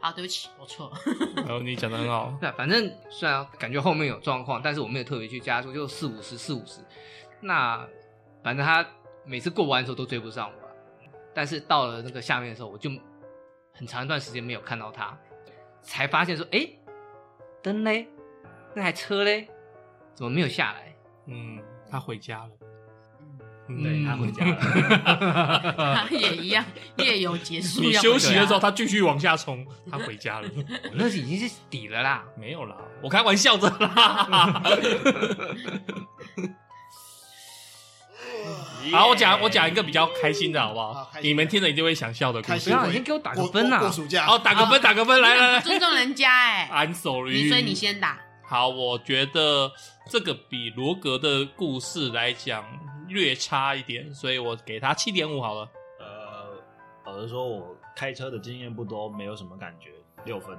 S4: 好，啊对不起，我错了。 (laughs)
S2: 然后你讲的很好，
S3: 对啊，反正虽然感觉后面有状况，但是我没有特别去加速，就四五十四五十。那反正他每次过弯的时候都追不上我，啊但是到了那个下面的时候，我就很长一段时间没有看到他，才发现说，哎，灯嘞，那台车嘞，怎么没有下来？
S2: 嗯，他回家了，
S4: 嗯
S2: 嗯
S1: 对他回家了。
S2: (laughs)
S4: 他也一样，夜游结束
S2: 你
S4: 要
S2: 休息的时候，
S4: 回家
S2: 他继续往下冲，他回家了。
S3: 我那已经是底了啦。
S2: (laughs)
S3: (laughs)
S2: 没有啦，我开玩笑的 (laughs) 啦。 (laughs) 好，我讲我讲一个比较开心的好不
S6: 好
S2: 好
S6: 开？心
S2: 你们听了一定会想笑的故嗯
S6: 开
S3: 不
S6: 心
S2: 事。
S3: 要，你先给我打个
S6: 过
S3: 分啊
S6: 过！暑假
S2: 好，打个分，打个分，来来来
S4: 不尊重人家
S2: (laughs)
S4: 哎、
S2: ，I'm sorry。
S4: 你所以你先打，
S2: 好，我觉得这个比罗格的故事来讲略差一点，所以我给他七点五好了。
S1: 呃，老实说，我开车的经验不多，没有什么感觉，六分。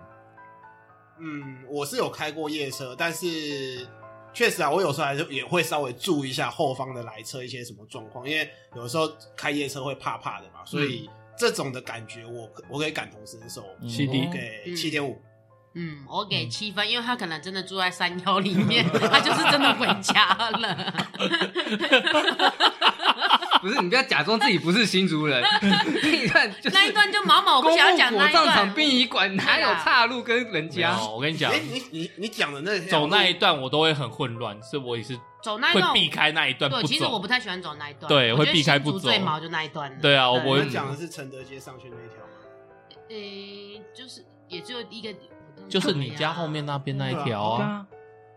S6: 嗯，我是有开过夜车，但是确实啊，我有时候还是也会稍微注意一下后方的来车一些什么状况，因为有时候开夜车会怕怕的嘛，所以
S3: 嗯
S6: 这种的感觉我可我可以感同身受。
S2: 七
S6: 我
S4: 哦
S2: 点
S6: 给嗯七点五，
S4: 嗯，我给七分，因为他可能真的住在山腰里面，他就是真的回家了。 (laughs)
S3: 不是，你不要假装自己不是新
S4: (laughs)
S3: 族人。那一段就是
S4: 那一段就毛毛，我
S3: 公
S4: 不想要讲
S3: 墓
S4: 那
S3: 火
S4: 一
S3: 葬场
S4: 段。啊
S3: 殡仪馆哪有岔路跟人
S2: 没
S3: 家？
S2: 有，我跟你讲
S6: 哎、，你你你讲的那
S2: 走那一段我都会很混乱，所以我也是
S4: 走那一
S2: 会
S4: 段我
S2: 避开那一段
S4: 哎对，
S2: 不
S4: 其实我
S2: 走
S4: 不。太喜欢走那一段，
S2: 对
S4: 我觉得
S2: 会避开不走
S4: 新竹最毛就那一段了。
S2: 对啊我不
S6: 我
S2: 会
S6: 们讲的是承德街上去那一条吗？
S4: 呃，就是也只有一个，我真的
S2: 就是你
S4: 对啊
S2: 家后面那边那一条啊，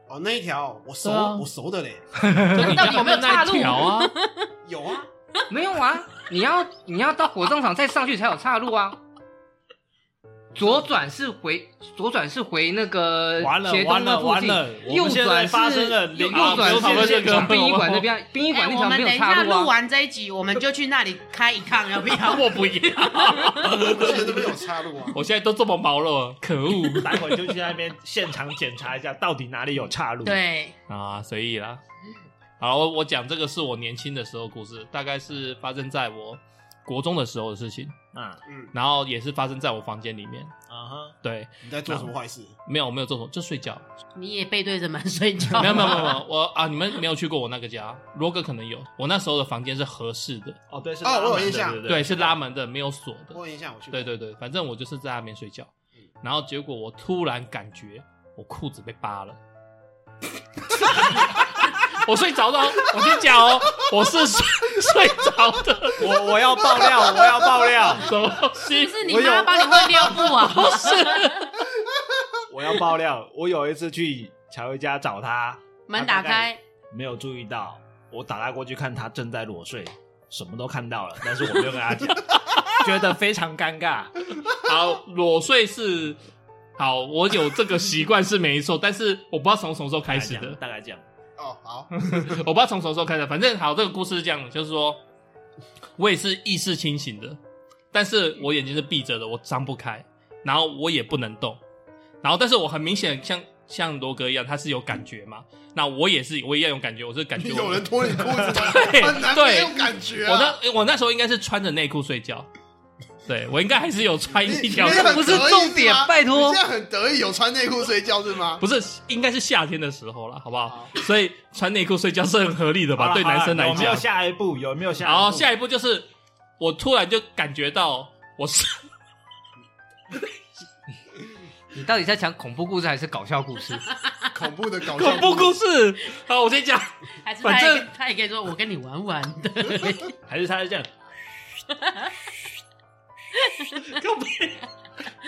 S6: 哦，那一条我熟、
S2: 对啊
S6: 我熟的嘞，
S2: 就你
S4: 啊到底有没
S2: 家后
S4: 有
S2: 面
S4: 岔
S2: 那
S4: 路
S2: 一条啊，
S4: (laughs)
S6: 有啊， (laughs)
S3: 没有啊，你要你要到火葬场再上去才有岔路啊。左转是回左转是回那个
S1: 完了
S3: 协东
S1: 完
S3: 那
S1: 了
S3: 附
S1: 完
S3: 近，
S1: 了，我
S3: 右
S1: 们现在
S3: 转
S1: 发
S3: 是
S1: 生了
S3: 右
S1: 零
S3: 右
S1: 啊
S3: 转
S1: 不用
S2: 是
S1: 这
S3: 是
S2: 这个
S1: 个
S3: 从殡仪馆
S1: (laughs)
S3: 那边，殡仪
S4: 哎
S3: 馆那
S4: 我
S3: 条
S4: 们
S3: 没
S4: 等
S3: 有
S4: 一下
S3: 岔
S4: 录
S3: 路啊。
S4: 完这一集，我们就去那里开一趟，要不要？
S2: (laughs) 我不要，
S6: 我记得那边有岔路啊。
S2: 我现在都这么毛了，可恶
S1: 待会就去那边现场检查一下，到底哪里有岔路。，
S4: 对，
S2: 啊，随意啦。好，我我讲这个是我年轻的时候的故事，大概是发生在我国中的时候的事情，
S1: 啊
S6: 嗯，
S2: 然后也是发生在我房间里面。
S1: 啊哈，
S2: 对，
S6: 你在做什么坏事？
S2: 没有我没有做什么，就睡
S6: (laughs)
S2: 觉。
S4: 你也背对着门睡觉，
S2: 没有没有没有没有，我啊，你们没有去过我那个家，罗哥可能有。我那时候的房间是合适的，
S1: 哦对是
S6: 哦
S1: 拉
S6: 我有
S1: 门
S6: 印
S1: 的
S6: 象
S1: 对
S2: 对，是拉门的，没有锁的。
S6: (laughs) 我有印象，我去过嗯
S2: 对对对，反正我就是在那边睡觉，然后结果我突然感觉我裤子被扒了， (laughs) 我睡着了哦，我跟你讲
S6: (laughs)
S2: 哦，我是睡 (laughs) 睡着的，
S1: 对我我要爆料，我要爆料，
S2: 什么东西
S4: 是？不是你妈帮你会尿布啊？
S2: (laughs)
S4: 不是，
S1: (laughs) 我要爆料。我有一次去乔伊家找他，
S4: 门打
S1: 他大概
S4: 开，
S1: 没有注意到，我打他过去看他正在裸睡，什么都看到了，但是我没有跟他讲， (laughs)
S3: 觉得非常尴尬。
S2: 好，裸睡是好，我有这个习惯是没错，但是我不知道从什么时候开始的，
S1: 大概这样。
S6: 哦，好，
S2: (laughs) 我不知道从什么时候开始，反正好，这个故事是这样的，就是说我也是意识清醒的，但是我眼睛是闭着的，我张不开，然后我也不能动，然后但是我很明显像像罗格一样，他是有感觉嘛，那我也是我一样有感觉，我是感觉我
S6: 有人脱你裤子吗？
S2: 对
S6: 很难没
S2: 对
S6: 有感觉
S2: 我那
S6: 啊！
S2: 诶我那时候应该是穿着内裤睡觉，对我应该还是有穿
S6: 你
S2: 一
S6: 你
S2: 条
S6: 现在很
S3: 不是
S6: 得意
S3: 重点
S6: 吗
S3: 拜托
S6: 你现在很得意，有穿内裤睡觉是吗？
S2: 不是，应该是夏天的时候了，好不好？所以穿内裤睡觉是很合理的吧？对男生来
S1: 有没有
S2: 讲。
S1: 下一步？有没有下一步？
S2: 然后下一步就是，我突然就感觉到我是
S3: 你到底在讲恐怖故事还是搞笑故事？
S6: 恐怖的搞笑
S2: 恐怖故 (laughs) 事。好，我先讲，
S4: 还是
S2: 反
S4: 他也
S2: 正
S4: 他也可以说我跟你玩玩
S2: (laughs)
S4: 的，
S1: 还是他是这样？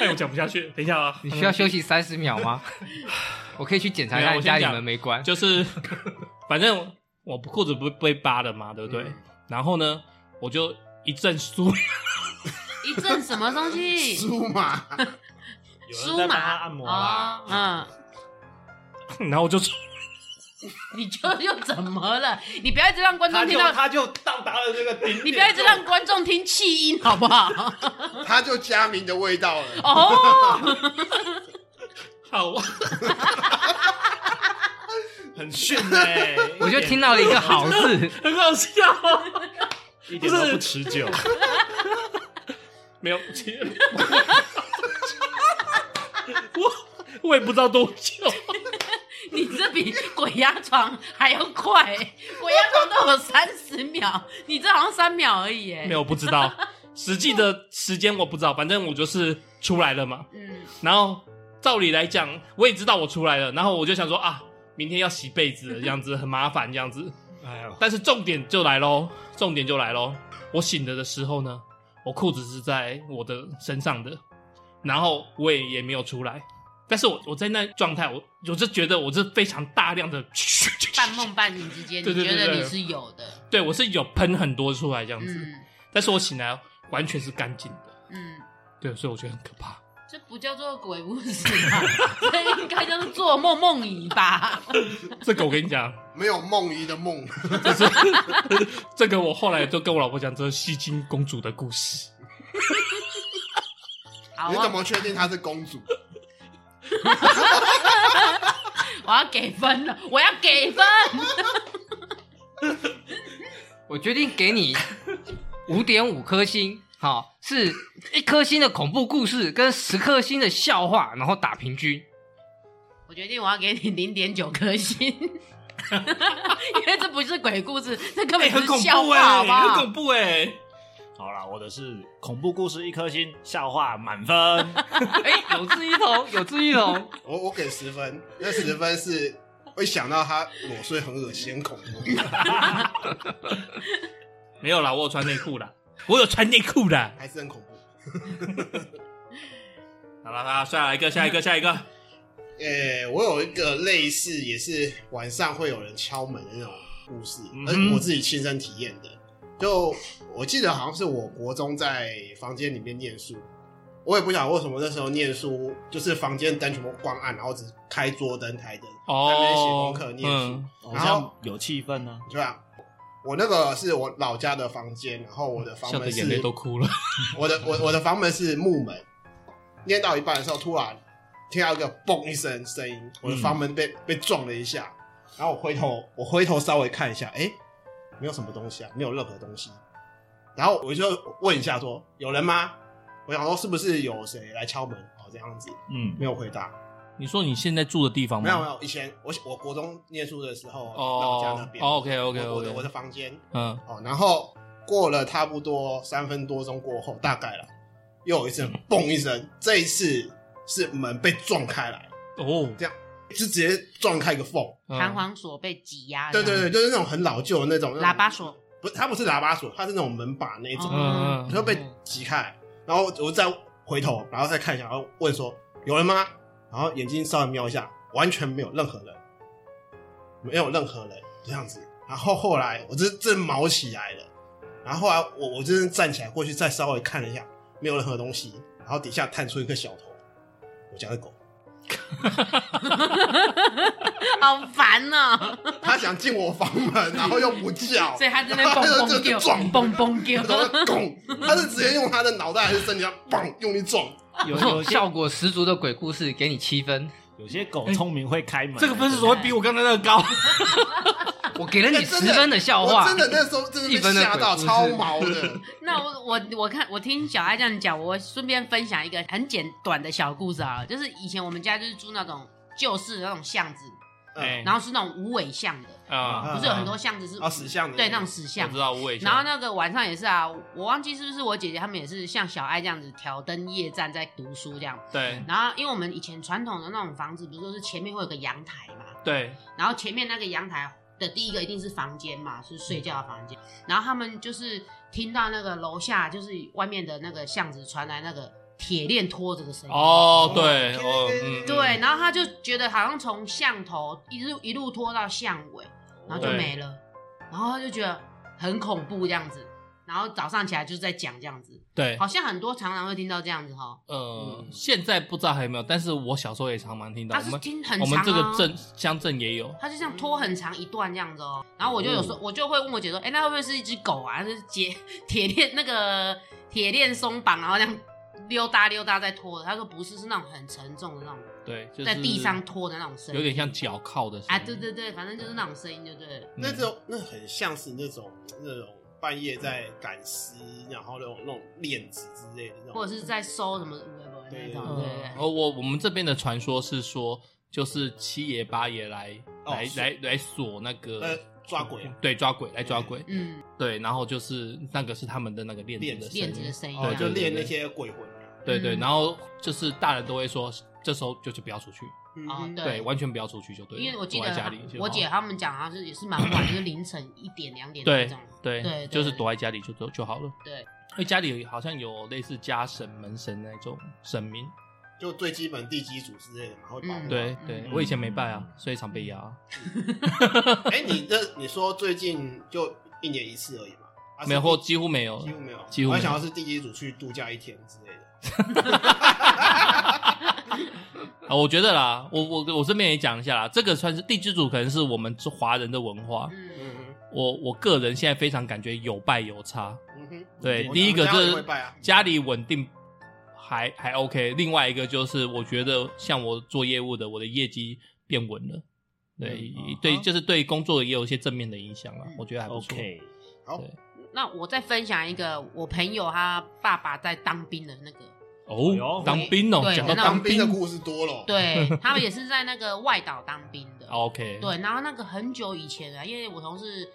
S2: 哎，我讲不下去，等一下啊，
S3: 你需要休息三十秒吗？ (laughs) 我可以去检查一
S2: 没
S3: 下
S2: 有我先
S3: 家里
S2: 讲
S3: 门没关。
S2: 就是，反正我裤子不是被扒了嘛，对不对？然后呢，我就一阵酥，
S4: 一阵什么东西？
S3: (laughs)
S6: 书嘛，
S1: 有人在帮他按摩啊
S2: 啊
S1: 啦。
S4: 哦嗯，
S2: 然后我就
S4: 你就又怎么了？你不要一直让观众
S1: 他
S4: 听
S1: 就
S4: 到，
S1: 他就到达了这个顶点，
S4: 你不要一直让观众听气音，好不
S2: (laughs)
S4: 好？
S6: 他就加明的味道了。
S4: 哦，
S2: 好，
S1: 很逊 (laughs) 哎、
S3: 我就听到了一个好字，
S2: 很好笑。
S1: 一点都不持久，
S2: (laughs) 没有，其实 (laughs) 我我也不知道多久，
S4: 你这比鬼压床还要快、鬼压床都有三十秒，你这好像三秒而已、哎，
S2: 没有，不知道实际的时间我不知道，反正我就是出来了嘛。
S4: 嗯，
S2: 然后照理来讲，我也知道我出来了，然后我就想说啊，明天要洗被子了，这样子很麻烦，这样子。
S1: 哎呦，
S2: 但是重点就来喽，重点就来喽。我醒着的时候呢，我裤子是在我的身上的，然后我也也没有出来。但是我我在那状态，我我就觉得我是非常大量的
S4: 半梦半醒之间，
S2: 对
S4: 你
S2: 对
S4: 觉
S2: 对
S4: 得
S2: 对
S4: 你是有的，
S2: 对我是有喷很多出来这样子，
S4: 嗯
S2: 但是我醒来哦完全是干净的，
S4: 嗯。
S2: 对，所以我觉得很可怕。
S4: 这不叫做鬼故事吧？ (laughs) 这应该叫做做梦梦遗吧？
S2: 这个我跟你讲，
S6: 没有梦遗的梦，
S2: 这是这个我后来就跟我老婆讲，这是西京公主的故 (laughs) 事，
S4: 好，啊
S3: 啊
S6: 你
S4: 我
S6: 怎么确定她是公主？
S4: 我要给分了，我要给分。
S3: 我决定给 (laughs) 你五点五颗星。好，是一颗星的恐怖故事跟十颗星的笑话，然后打平 (laughs) 均。
S4: 我决定我要给你零点九颗星， (laughs) 因为这不是鬼故事，这
S2: 哎
S6: 哎
S4: 根本就是笑话，好不好？
S2: 怖哎、
S1: (laughs) 好啦，我的是恐怖故事一颗星，笑话满分。
S3: 哎、有志一 (laughs) 同，有志一同。
S6: 我我给十分，那十分是会想到她裸睡很恶心很恐
S2: (laughs)
S6: 怖，
S2: 没有啦，我有穿内裤啦，我有穿内裤啦。
S6: 还是很恐怖。
S2: 好了，好啦，下一个，下一个，下一个，
S6: 诶、呃我有一个类似，也是晚上会有人敲门的那种故事，
S1: 嗯哼
S6: 而且我自己亲身体验的。就我记得好像是我国中在房间里面念书，我也不晓得为什么那时候念书就是房间灯全部关暗，然后只开桌灯、台灯，在那边写功
S2: 哦，
S6: 课、念书。
S2: 嗯，
S1: 好
S6: 然后
S1: 像有气氛啊
S6: (laughs)
S1: 呢、
S6: 对吧？我那个是我老家的房间，然后我的房
S2: 笑得
S6: 门
S2: 眼泪
S6: 是
S2: 都哭了。
S6: (laughs) 我的我我的房门是木门，念到一半的时候，突然听到一个嘣一声声音，我的房门被、被撞了一下，然后我回头我回头稍微看一下，哎、没有什么东西啊，没有任何东西，然后我就问一下说有人吗？我想说是不是有谁来敲门哦这样子，
S1: 嗯，
S6: 没有回答，
S2: 你说你现在住的地方吗？
S6: 没有没有，以前我我国中念书的时候，老家
S2: 嗯
S6: 那
S2: 哦
S6: 边、
S2: ，OK，OK，OK，
S6: 我我的我的房间，
S2: 嗯，
S6: 哦，然后过了差不多三分多钟过后，大概了，又有一
S4: 嗯
S6: 声“嘣”一声，这一次是门被撞开来，
S2: 哦，
S6: 就直接撞开一个缝。
S2: 嗯
S4: 弹簧锁被挤压，
S6: 嗯对对对，，就是那种很老旧的那种
S4: 哎喇叭，锁，哦
S6: 那种不是它不是喇叭锁，它是那种门把那种，
S2: 嗯嗯
S6: 然后被挤开来，然后我再回头，然后再看一下，然后问说有人吗？然后眼睛稍微瞄一下，完全没有任何人，没有任何人这样子。然后后来我这这毛起来了，然后后来我我就是站起来过去再稍微看了一下，没有任何东西，然后底下探出一个小头，我家的狗，
S4: 好烦呢、
S6: 它想进我房
S3: (laughs)
S6: 门，然后又不叫
S4: 所，以他在那蹦蹦
S6: (laughs) 这
S4: 丢，
S6: 是撞
S4: 蹦蹦丢
S6: (laughs) 然，后它拱，它是直接用它的脑袋还是身体上砰用力撞，
S1: 有
S3: 这
S1: 有
S3: 种
S1: 些
S3: 效果十足的鬼故事，给你七 (laughs) 分，
S1: (laughs) 有些狗聪明会开门，
S2: 这个分数怎么会比我刚才那个高？
S3: 我给了你
S6: 哎真
S3: 十
S6: 的
S3: 分的笑
S6: 我
S3: 话，
S6: 真的那时候真的
S3: 一
S6: 被
S3: 分的
S6: 吓到，
S3: 鬼故事
S6: 超
S3: (laughs)
S6: 毛的。
S4: 那我我我看我听小爱这样讲，我顺便分享一个很简短的小故事啊，就是以前我们家就是住那种旧式的那种巷子，
S6: 嗯
S4: 然后是那种无尾巷的，
S2: 哎啊
S4: 不是有很多巷子是
S6: 啊，死相
S4: 对那种死巷
S2: 我知，道无尾熊，
S4: 然后那个晚上也是啊，我忘记是不是我姐姐她们也是像小爱这样子挑灯夜战在读书这样。
S2: 对
S4: 然后因为我们以前传统的那种房子，不是都是前面会有个阳台嘛，
S2: 对，
S4: 然后前面那个阳台的第一个一定是房间嘛，是睡觉的房间。
S2: 嗯
S4: 然后他们就是听到那个楼下就是外面的那个巷子传来那个铁链拖着的声音。
S2: 哦对哦嗯，嗯
S4: 对，，然后他就觉得好像从巷头一路一路拖到巷尾，然后就
S2: 对
S4: 没了，然后他就觉得很恐怖这样子，然后早上起来就在讲这样子，
S2: 对，
S4: 好像很多常常会听到这样子哈，
S2: 呃，现在不知道还有没有，但是我小时候也常蛮听到，
S4: 他
S2: 我
S4: 是
S2: 们
S4: 听很
S2: 我
S4: 长、
S2: 们
S4: 啊、
S2: 这个镇乡镇也有，
S4: 它就这样拖很长一段这样子
S2: 嗯
S4: 哦、然后我就有时候我就会问我姐说，哎、那会不会是一只狗啊？就是铁 (laughs) 铁链那个铁链松绑，然后这样溜达溜达在拖的。她说不是，是那种很沉重的那种，
S2: 对，就是
S4: 在地上拖的那种声音，
S2: 有点像脚铐的声音
S4: 啊，对对对，反正就是那种声音就对了。
S2: 嗯
S6: 那种那很像是那种那种半夜在赶尸，然后那种那种链子之类的那
S4: 或
S6: 种，
S4: 者是在收什么微博那种，对对
S2: 嗯，
S4: 对。
S2: 而我我们这边的传说是说，就是七爷八爷来
S6: 哦
S2: 来
S6: 是
S2: 来来锁那个
S6: 呃抓鬼啊，
S2: 对，抓鬼来抓鬼，
S4: 嗯，
S2: 对，然后就是那个是他们的那个链
S6: 链
S2: 子的声
S6: 子
S2: 音
S4: 链子的声音
S6: 哦，
S4: 对
S6: 就
S4: 对
S6: 练那些鬼魂。啊
S2: 对对，
S4: 嗯
S2: 然后就是大人都会说，这时候就是不要出去，
S4: 哦
S6: 嗯，
S2: 对，
S4: 对，
S2: 完全不要出去就对了，
S4: 因为我记
S2: 躲在
S4: 得
S2: 家
S4: 她
S2: 里就好
S4: 我姐他们讲好像是也是蛮晚， (coughs) 就是凌晨一点两点那
S2: 对
S4: 种。
S2: 对
S4: 对对
S2: 就是躲在家里就就就好了。
S4: 对，
S2: 因为家里好像有类似家神、门神那种神明。
S6: 就最基本地基组之类的嘛，会保护。
S4: 嗯
S2: 对
S4: 嗯
S2: 对
S1: 嗯，
S2: 我以前没拜啊，所以常被
S6: 嗯
S2: 压。
S6: 哎，你这你说最近就一年一次而已嘛？啊
S2: 没有，
S6: 是
S2: 或
S6: 地
S2: 几乎没有，
S6: 几乎没有，
S2: 几乎
S6: 我
S2: 没
S6: 还
S2: 有
S6: 想要是地基组去度假一天之类的。
S2: 啊，我觉得啦，我我我这边也讲一下啦，这个算是地支主，可能是我们华人的文化。
S4: 嗯，
S6: 嗯
S2: 我我个人现在非常感觉有败有差。
S6: 哼嗯哼，
S2: 对，
S6: 我
S2: 第一个
S6: 家
S2: 就
S6: 里
S2: 是
S6: 会拜啊
S2: 家里稳定还还 OK，另外一个就是我觉得像我做业务的，我的业绩变稳了。对、
S3: 啊
S1: 嗯
S2: 对，
S1: 嗯
S2: 就是对工作也有一些正面的影响了
S4: 嗯，
S2: 我觉得还不错。 (laughs)
S1: OK，
S6: 好
S2: 对
S4: 那我再分享一个我朋友他爸爸在当兵的那个，
S1: 哎呦
S2: 哦，当兵哦，
S4: 对
S2: 讲到
S4: 那
S2: 当
S6: 当兵
S2: 兵
S6: 嗯的故事多了。，
S4: 对他们也是在那个外岛当兵的。
S2: 啊，OK，
S4: 对，然后那个很久以前啊，因为我同事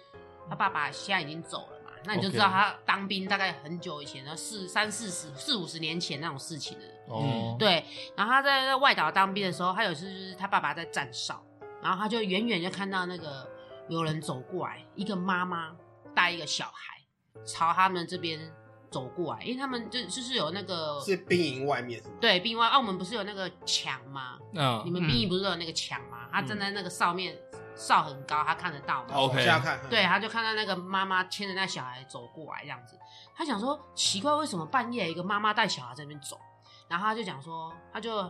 S4: 他爸爸现在已经走了嘛，那你就
S2: OK
S4: 知道他当兵大概很久以前，然后四三四十四五十年前那种事情了。
S2: 哦，
S4: 对，然后他在在外岛当兵的时候，他有一次就是他爸爸在站哨，然后他就远远就看到那个有人走过来，一个妈妈带一个小孩朝他们这边走过来，因为他们就就是有那个
S6: 哦是兵营外面是吗？
S4: 对，兵外澳门不是有那个墙吗？你
S2: 嗯
S4: 们 E 兵役不是都有那个墙吗？他站在那个哨面，哨很高，他看得到嘛。
S2: 哦 OK
S6: 往下看。
S4: 对，他就看到那个妈妈牵着那小孩走过来这样子，他想说奇怪，为什么半夜一个妈妈带小孩在那边走？然后他就讲说，他就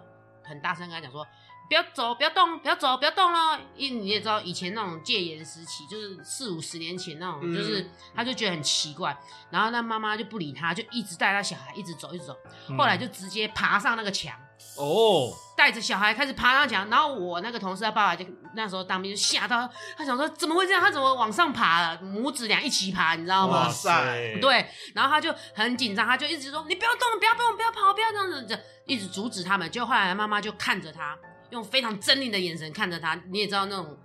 S4: 很大声跟他讲说，不要走，不要动，不要走，不要动咯。因为你也知道以前那种戒严时期，就是四五十年前那种，
S6: 嗯
S4: 就是他就觉得很奇怪，然后那妈妈就不理他，就一直带他小孩一直走，一直走，
S2: 嗯
S4: 后来就直接爬上那个墙。
S2: 哦，
S4: 带着小孩开始爬上墙，然后我那个同事他爸爸就那时候当兵就吓到，他想说怎么会这样？他怎么往上爬了？母子俩一起爬，你知道
S6: 哇
S4: 吗？
S6: 塞
S4: 对，然后他就很紧张，他就一直说你不要动，不要动，不要跑，不要这样子，一直阻止他们。结果后来妈妈就看着他，用非常狰狞的眼神看着他，你也知道那种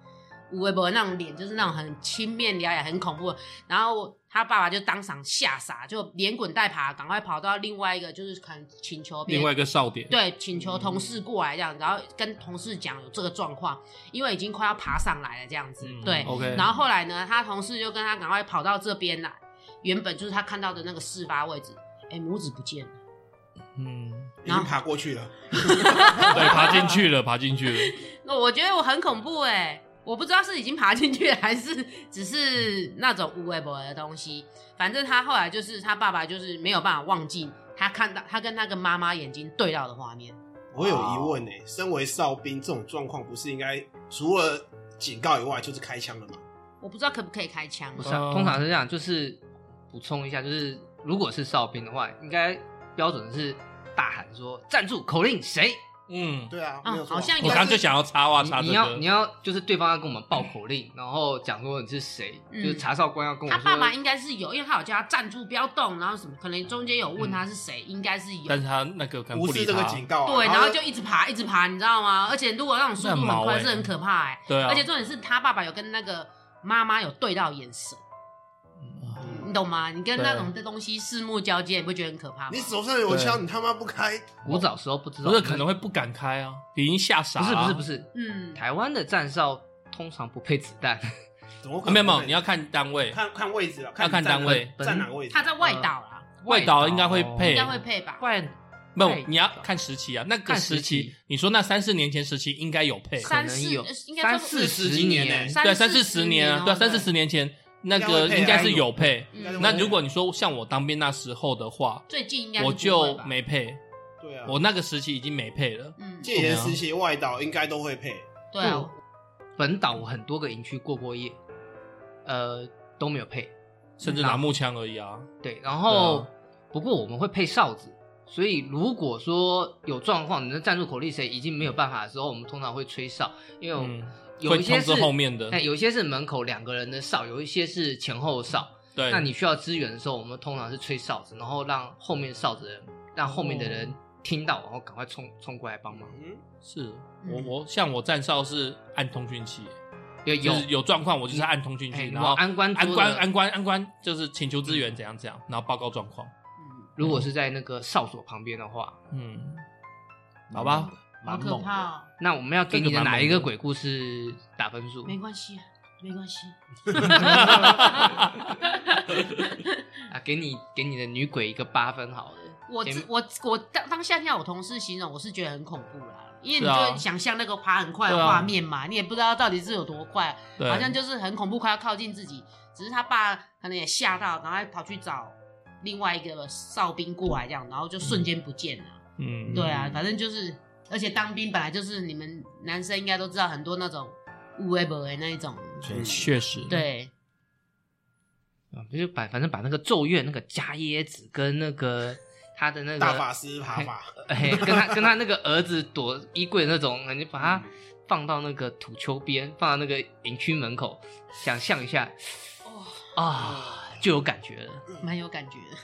S4: 无微博那种脸，就是那种很青面獠牙、很恐怖的。然后他爸爸就当场吓傻，就连滚带爬，赶快跑到另外一个就是可能请求别
S2: 另
S4: 人
S2: 外一个哨点，
S4: 对，请求同事过来这样，然后跟同事讲有这个状况，因为已经快要爬上来了这样子，
S1: 嗯
S4: 对。
S2: ，OK，
S4: 然后后来呢，他同事就跟他赶快跑到这边来，原本就是他看到的那个事发位置，哎，母子不见了，
S2: 嗯，
S6: 已经爬过去了。
S2: 对，爬进去了，爬进去了，
S4: 那我觉得我很恐怖哎、我不知道是已经爬进去还是只是那种无微不微的东西。反正他后来就是他爸爸就是没有办法忘记他看到他跟他跟妈妈眼睛对到的画面。
S6: 我有疑问呢、身为哨兵，这种状况不是应该除了警告以外就是开枪了吗？
S4: 我不知道可不可以开枪
S3: 不，是、啊，
S2: 哦
S3: 通常是这样，就是补充一下，就是如果是哨兵的话，应该标准是大喊说站住，口令谁？
S2: 嗯，
S6: 对啊，
S4: 嗯
S6: 没有错啊、
S4: 好像
S2: 我刚刚就想要插话插
S3: 你
S2: 这
S3: 你要
S2: 个
S3: 你，要就是对方要跟我们报口令，然后讲说你是谁，
S4: 嗯
S3: 就是查哨官要跟我
S4: 他
S3: 说，
S4: 爸爸应该是有，因为他有叫他站住不要动，然后什么可能中间有问他是谁，应该是有。
S2: 嗯但是他那个可能
S6: 无
S2: 不
S6: 视
S2: 理
S6: 这个
S2: 他，
S6: 警告、啊，
S4: 对，然后就一直爬，一直爬，你知道吗？而且如果那种速度
S2: 那很
S4: 很
S2: 毛欸
S4: 快，是很可怕哎、
S2: 对啊，
S4: 而且重点是他爸爸有跟那个妈妈有对到眼神，
S2: 嗯
S4: 你懂吗？你跟那种东西四目交接，你不觉得很可怕吗
S6: 你？手上有枪，你他妈不开，
S3: 我早时候不知道，
S2: 不是可能会不敢开啊，已经吓傻
S3: 不
S2: 了
S3: 是
S2: 啊。
S3: 不是不是，
S4: 嗯，
S3: 台湾的站哨通常不配子
S2: (laughs)
S3: 弹，
S6: 怎么可
S2: 啊
S6: 能？
S2: 没有没有，你要看单位，
S6: 看看位置啊，
S2: 要看
S6: 你站
S2: 单位
S6: 站哪个位置？
S4: 他在外岛啦，
S2: 外岛应该会
S3: 哦
S2: 配
S4: 应该会配吧？
S3: 外
S2: 没有
S3: 外，
S2: 你要看时期啊。那个
S3: 看
S2: 时
S3: 时
S2: 期
S3: 期，
S2: 你说那三四年前时期应该有配，
S3: 可
S4: 三
S3: 能
S4: 四
S3: 有
S4: 应该说
S3: 三四
S6: 四十
S3: 十
S6: 几年
S3: 年
S6: 欸，
S2: 对，
S4: 三
S2: 三四十年啊，
S4: 哦
S2: 对，三四十年前那
S6: 应该
S2: 个
S6: 会配
S2: 应该是有配。
S4: 嗯
S6: 应该是
S2: 那如果你说像我当兵那时候的话，
S4: 最近应该是
S2: 我
S4: 不会
S2: 就
S4: 吧
S2: 没配，
S6: 对啊，
S2: 我那个时期已经没配了。
S4: 嗯，
S6: 戒严时期外岛应该都会配，
S4: 对啊，
S3: 本岛我很多个营区过过夜，呃都没有配，
S2: 甚至拿木枪而已啊。
S3: 对，然后、
S2: 对啊
S3: 不过我们会配哨子，所以如果说有状况，你的战术口令谁已经没有办法的时候，我们通常会吹哨，因为我
S2: 嗯，
S3: 有一些
S2: 会通
S3: 是
S2: 知后面的
S3: 哎，有一些是门口两个人的哨，有一些是前后哨。
S2: 对，
S3: 那你需要支援的时候，我们通常是吹哨子，然后让后面哨子的人，让后
S2: 哦
S3: 面的人听到，然后赶快冲冲过来帮忙。
S6: 嗯，
S2: 是
S4: 嗯
S2: 我我像我站哨是按通讯器，
S3: 有
S2: 就
S3: 有
S2: 是，有状况我就是按通讯
S3: 哎
S2: 器，
S3: 如
S2: 然
S3: 果
S2: 后
S3: 安官
S2: 安
S3: 桌
S2: 官
S3: 的
S2: 安官安官就是请求支援怎样怎样，然后报告状况。
S4: 嗯，
S3: 如果是在那个哨所旁边的话，
S2: 嗯，好吧，
S4: 好
S1: 蛮
S4: 可
S1: 猛
S4: 怕
S1: 的。
S4: 哦，
S3: 那我们要给
S2: 这个
S3: 你的
S2: 蛮
S3: 哪一
S2: 猛
S3: 个
S2: 的
S3: 鬼故事打分数？
S4: 没关系啊，没
S2: (laughs)
S4: 关系。
S3: 啊，给你给你的女鬼一个八分好了。
S4: 我自
S3: 前
S4: 我我当当下听到我同事形容，我是觉得很恐怖啦，因为你
S2: 是啊
S4: 就会想象那个爬很快的
S2: 对啊
S4: 画面嘛，你也不知道到底是有多快，
S2: 对，
S4: 好像就是很恐怖，快要靠近自己。只是他爸可能也吓到，然后还跑去找另外一个哨兵过来，这样，然后就瞬间不见了。
S2: 嗯，
S4: 对啊，反正就是，而且当兵本来就是你们男生应该都知道很多那种无为不为那一种，
S6: 嗯
S1: 确实
S2: 确实，
S4: 对，
S3: 啊，就把反正把那个咒怨那个加椰子跟那个他的那个
S6: 大法师爬法，
S3: 哎，跟他跟他那个儿子躲衣柜的那种，你把他放到那个土丘边，放到那个营区门口，想象一下，
S6: 嗯
S3: 啊，就有感觉了。
S2: 嗯
S4: 蛮有感觉的。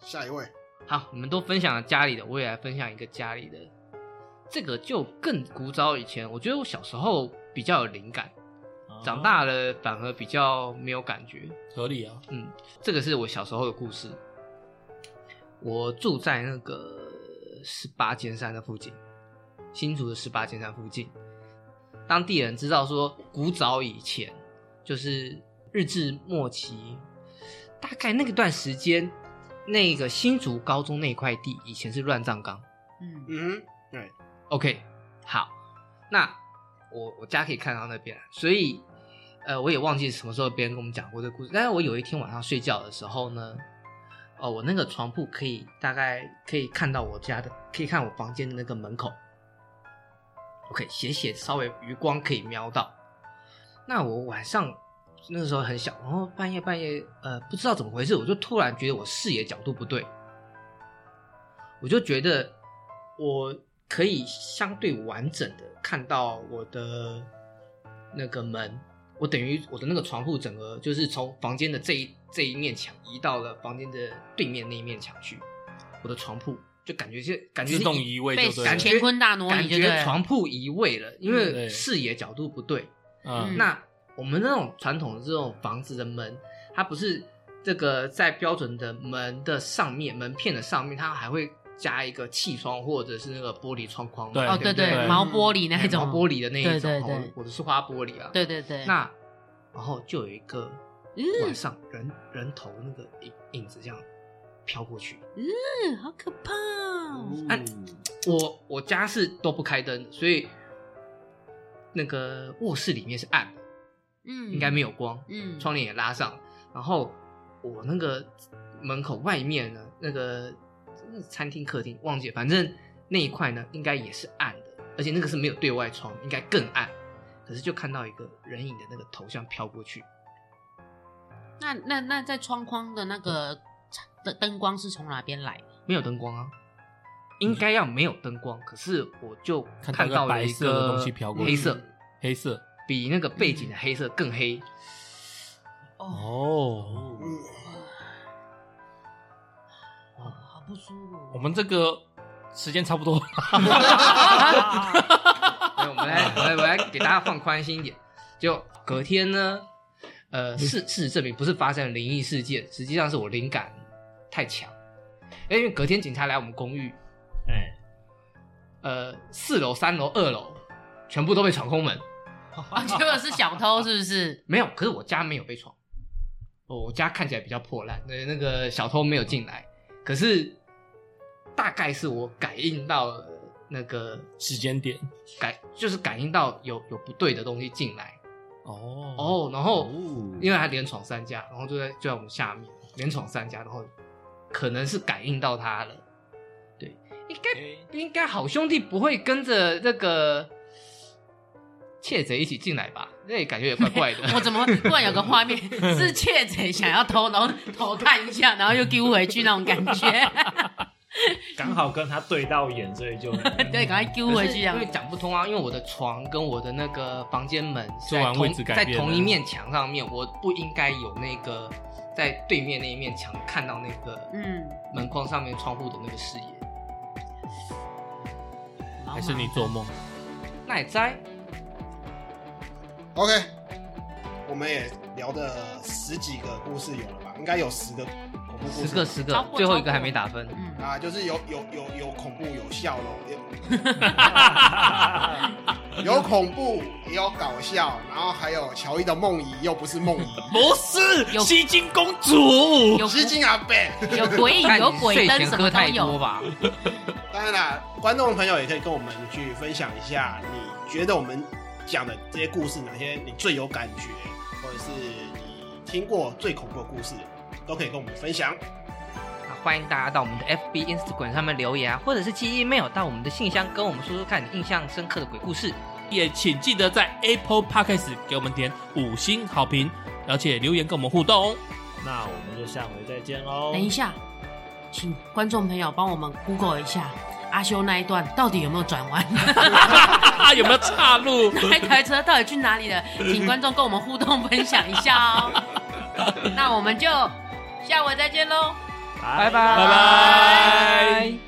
S6: 下一位，
S3: 好，你们都分享了家里的，我也来分享一个家里的。这个就更古早以前，我觉得我小时候比较有灵感，长大了反而比较没有感觉。
S2: 合理啊。
S3: 嗯，这个是我小时候的故事。我住在那个十八尖山的附近，新竹的十八尖山附近。当地人知道说，古早以前就是日治末期，大概那个段时间，那个新竹高中那块地以前是乱葬岗。
S4: 嗯，
S6: 嗯，
S3: OK，好，那我我家可以看到那边，所以呃，我也忘记什么时候别人跟我们讲过这个故事。但是我有一天晚上睡觉的时候呢，哦，我那个床铺可以大概可以看到我家的，可以看我房间的那个门口。OK，斜斜稍微余光可以瞄到。那我晚上那个时候很小，然后半夜半夜呃不知道怎么回事，我就突然觉得我视野角度不对，我就觉得我可以相对完整的看到我的那个门，我等于我的那个床铺整个就是从房间的这一这一面墙移到了房间的对面那一面墙去，我的床铺就感觉是感觉是
S2: 自动移位
S4: 被
S2: 就对
S4: 乾
S3: 感
S2: 了，
S3: 觉
S4: 坤大挪
S3: 感
S4: 移就对
S3: 觉
S4: 了
S3: 床铺移位了，因
S4: 嗯
S2: 对
S3: 为视野角度不对。
S2: 嗯，
S3: 那我们那种传统的这种房子的门，它不是这个在标准的门的上面，门片的上面，它还会加一个气窗或者是那个玻璃窗框嘛。
S2: 对
S4: 哦，
S3: 对
S4: 对
S3: 不对，
S4: 对，毛玻璃那一种
S3: 毛玻，璃的那一种，
S4: 对对对
S3: 哦我的是花玻璃啊。
S4: 对对对，
S3: 那然后就有一个晚
S4: 嗯
S3: 上人人头那个影影子这样飘过去，
S4: 嗯，好可怕哦，
S2: 嗯
S3: 啊哎我我家是都不开灯的，所以那个卧室里面是暗的，
S4: 嗯，
S3: 应该没有光，
S4: 嗯，
S3: 窗帘也拉上了，然后我那个门口外面呢，那个那餐厅客厅忘记了，反正那一块呢应该也是暗的，而且那个是没有对外窗，应该更暗。可是就看到一个人影的那个头像飘过去，
S4: 那那那在窗框的那个的灯光是从哪边来的？
S3: 没有灯光啊，应该要没有灯光。可是我就
S2: 嗯看到
S3: 看到
S2: 一个
S3: 了
S2: 白
S3: 一
S2: 色的东西飘过去
S3: 黑色，
S2: 黑色
S3: 比那个背景的黑色更黑。
S4: 哦，
S2: 哦，
S5: 嗯
S4: 哦好不舒服。
S3: (laughs)
S2: 我们这个时间差不多，
S6: 嗯
S3: 所以我们来，我来，我来给大家放宽心一点。就隔天呢，呃，事事实证明不是发生了灵异事件，实际上是我灵感太强。因为隔天警察来我们公寓，
S1: 哎，
S3: 呃，四楼、三楼、二楼全部都被闯空门，
S4: 啊，结果是小偷是不是？
S3: 没有，可是我家没有被闯。哦我家看起来比较破烂，那那个小偷没有进来，可是大概是我感应到了那个
S2: 时间点
S3: 感，就是感应到有有不对的东西进来
S2: 哦
S3: 哦，然后
S1: 哦
S3: 因为他连闯三家，然后就在就在我们下面连闯三家，然后可能是感应到他了，对，应该应该好兄弟不会跟着那个窃贼一起进来吧？那也感觉也怪怪的。
S4: (laughs) 我怎么会突然有个画面是窃贼想要偷，然后偷看一下，然后又丢回去那种感觉？ (laughs)
S1: 刚好跟他对到眼，所以就 (laughs)
S4: 对，赶快丢
S3: 可
S4: 回
S3: 是
S4: 去这
S3: (laughs) 因
S4: 样
S3: 为。讲不通啊，因为我的床跟我的那个房间门是
S2: 昨
S3: 在
S2: 晚
S3: 同
S2: 位置改
S3: 在
S2: 变了
S3: 同一面墙上面，我不应该有那个在对面那一面墙看到那个
S4: 嗯，
S3: 门框上面窗户的那个视野。
S2: 还是你做梦？
S3: 那也栽，
S6: OK，我们也聊的十几个故事有了吧？应该有十个恐怖故
S3: 十
S6: 事，
S3: 个十
S4: 超
S3: 个
S4: 过，
S3: 最后一
S4: 超过
S3: 个还没打分。
S4: 嗯，
S6: 啊，就是有有有有恐怖，有笑咯，有有恐怖，也有搞笑，然后还有乔伊的梦遗，又不是梦遗，
S2: 不是
S4: 有
S2: 吸金公主，
S4: 有
S6: 吸金阿贝。
S4: 有鬼影，
S3: 看
S4: 哎有
S3: 你
S4: 鬼
S3: 睡
S4: 灯，
S3: 前
S4: 什
S3: 喝
S4: 么都
S3: 太多
S4: 有。
S3: 吧？
S6: 当然啦，观众朋友也可以跟我们去分享一下，你觉得我们讲的这些故事，哪些你最有感觉，或者是你听过最恐怖的故事，都可以跟我们分享。
S3: 那啊欢迎大家到我们的 FB、Instagram 上面留言啊，或者是寄 email 到我们的信箱，跟我们说说看你印象深刻的鬼故事。
S2: 也请记得在 Apple Podcast 给我们点五星好评，而且留言跟我们互动哦。
S1: 那我们就下回再见喽。
S4: 等一下，请观众朋友帮我们 Google 一下阿修那一段到底有没有转弯，
S2: 有没有岔路？
S4: 那台车到底去哪里了？请观众跟我们互动分享一下哦。那我们就下回再见喽。
S1: 拜
S3: 拜
S2: 拜拜。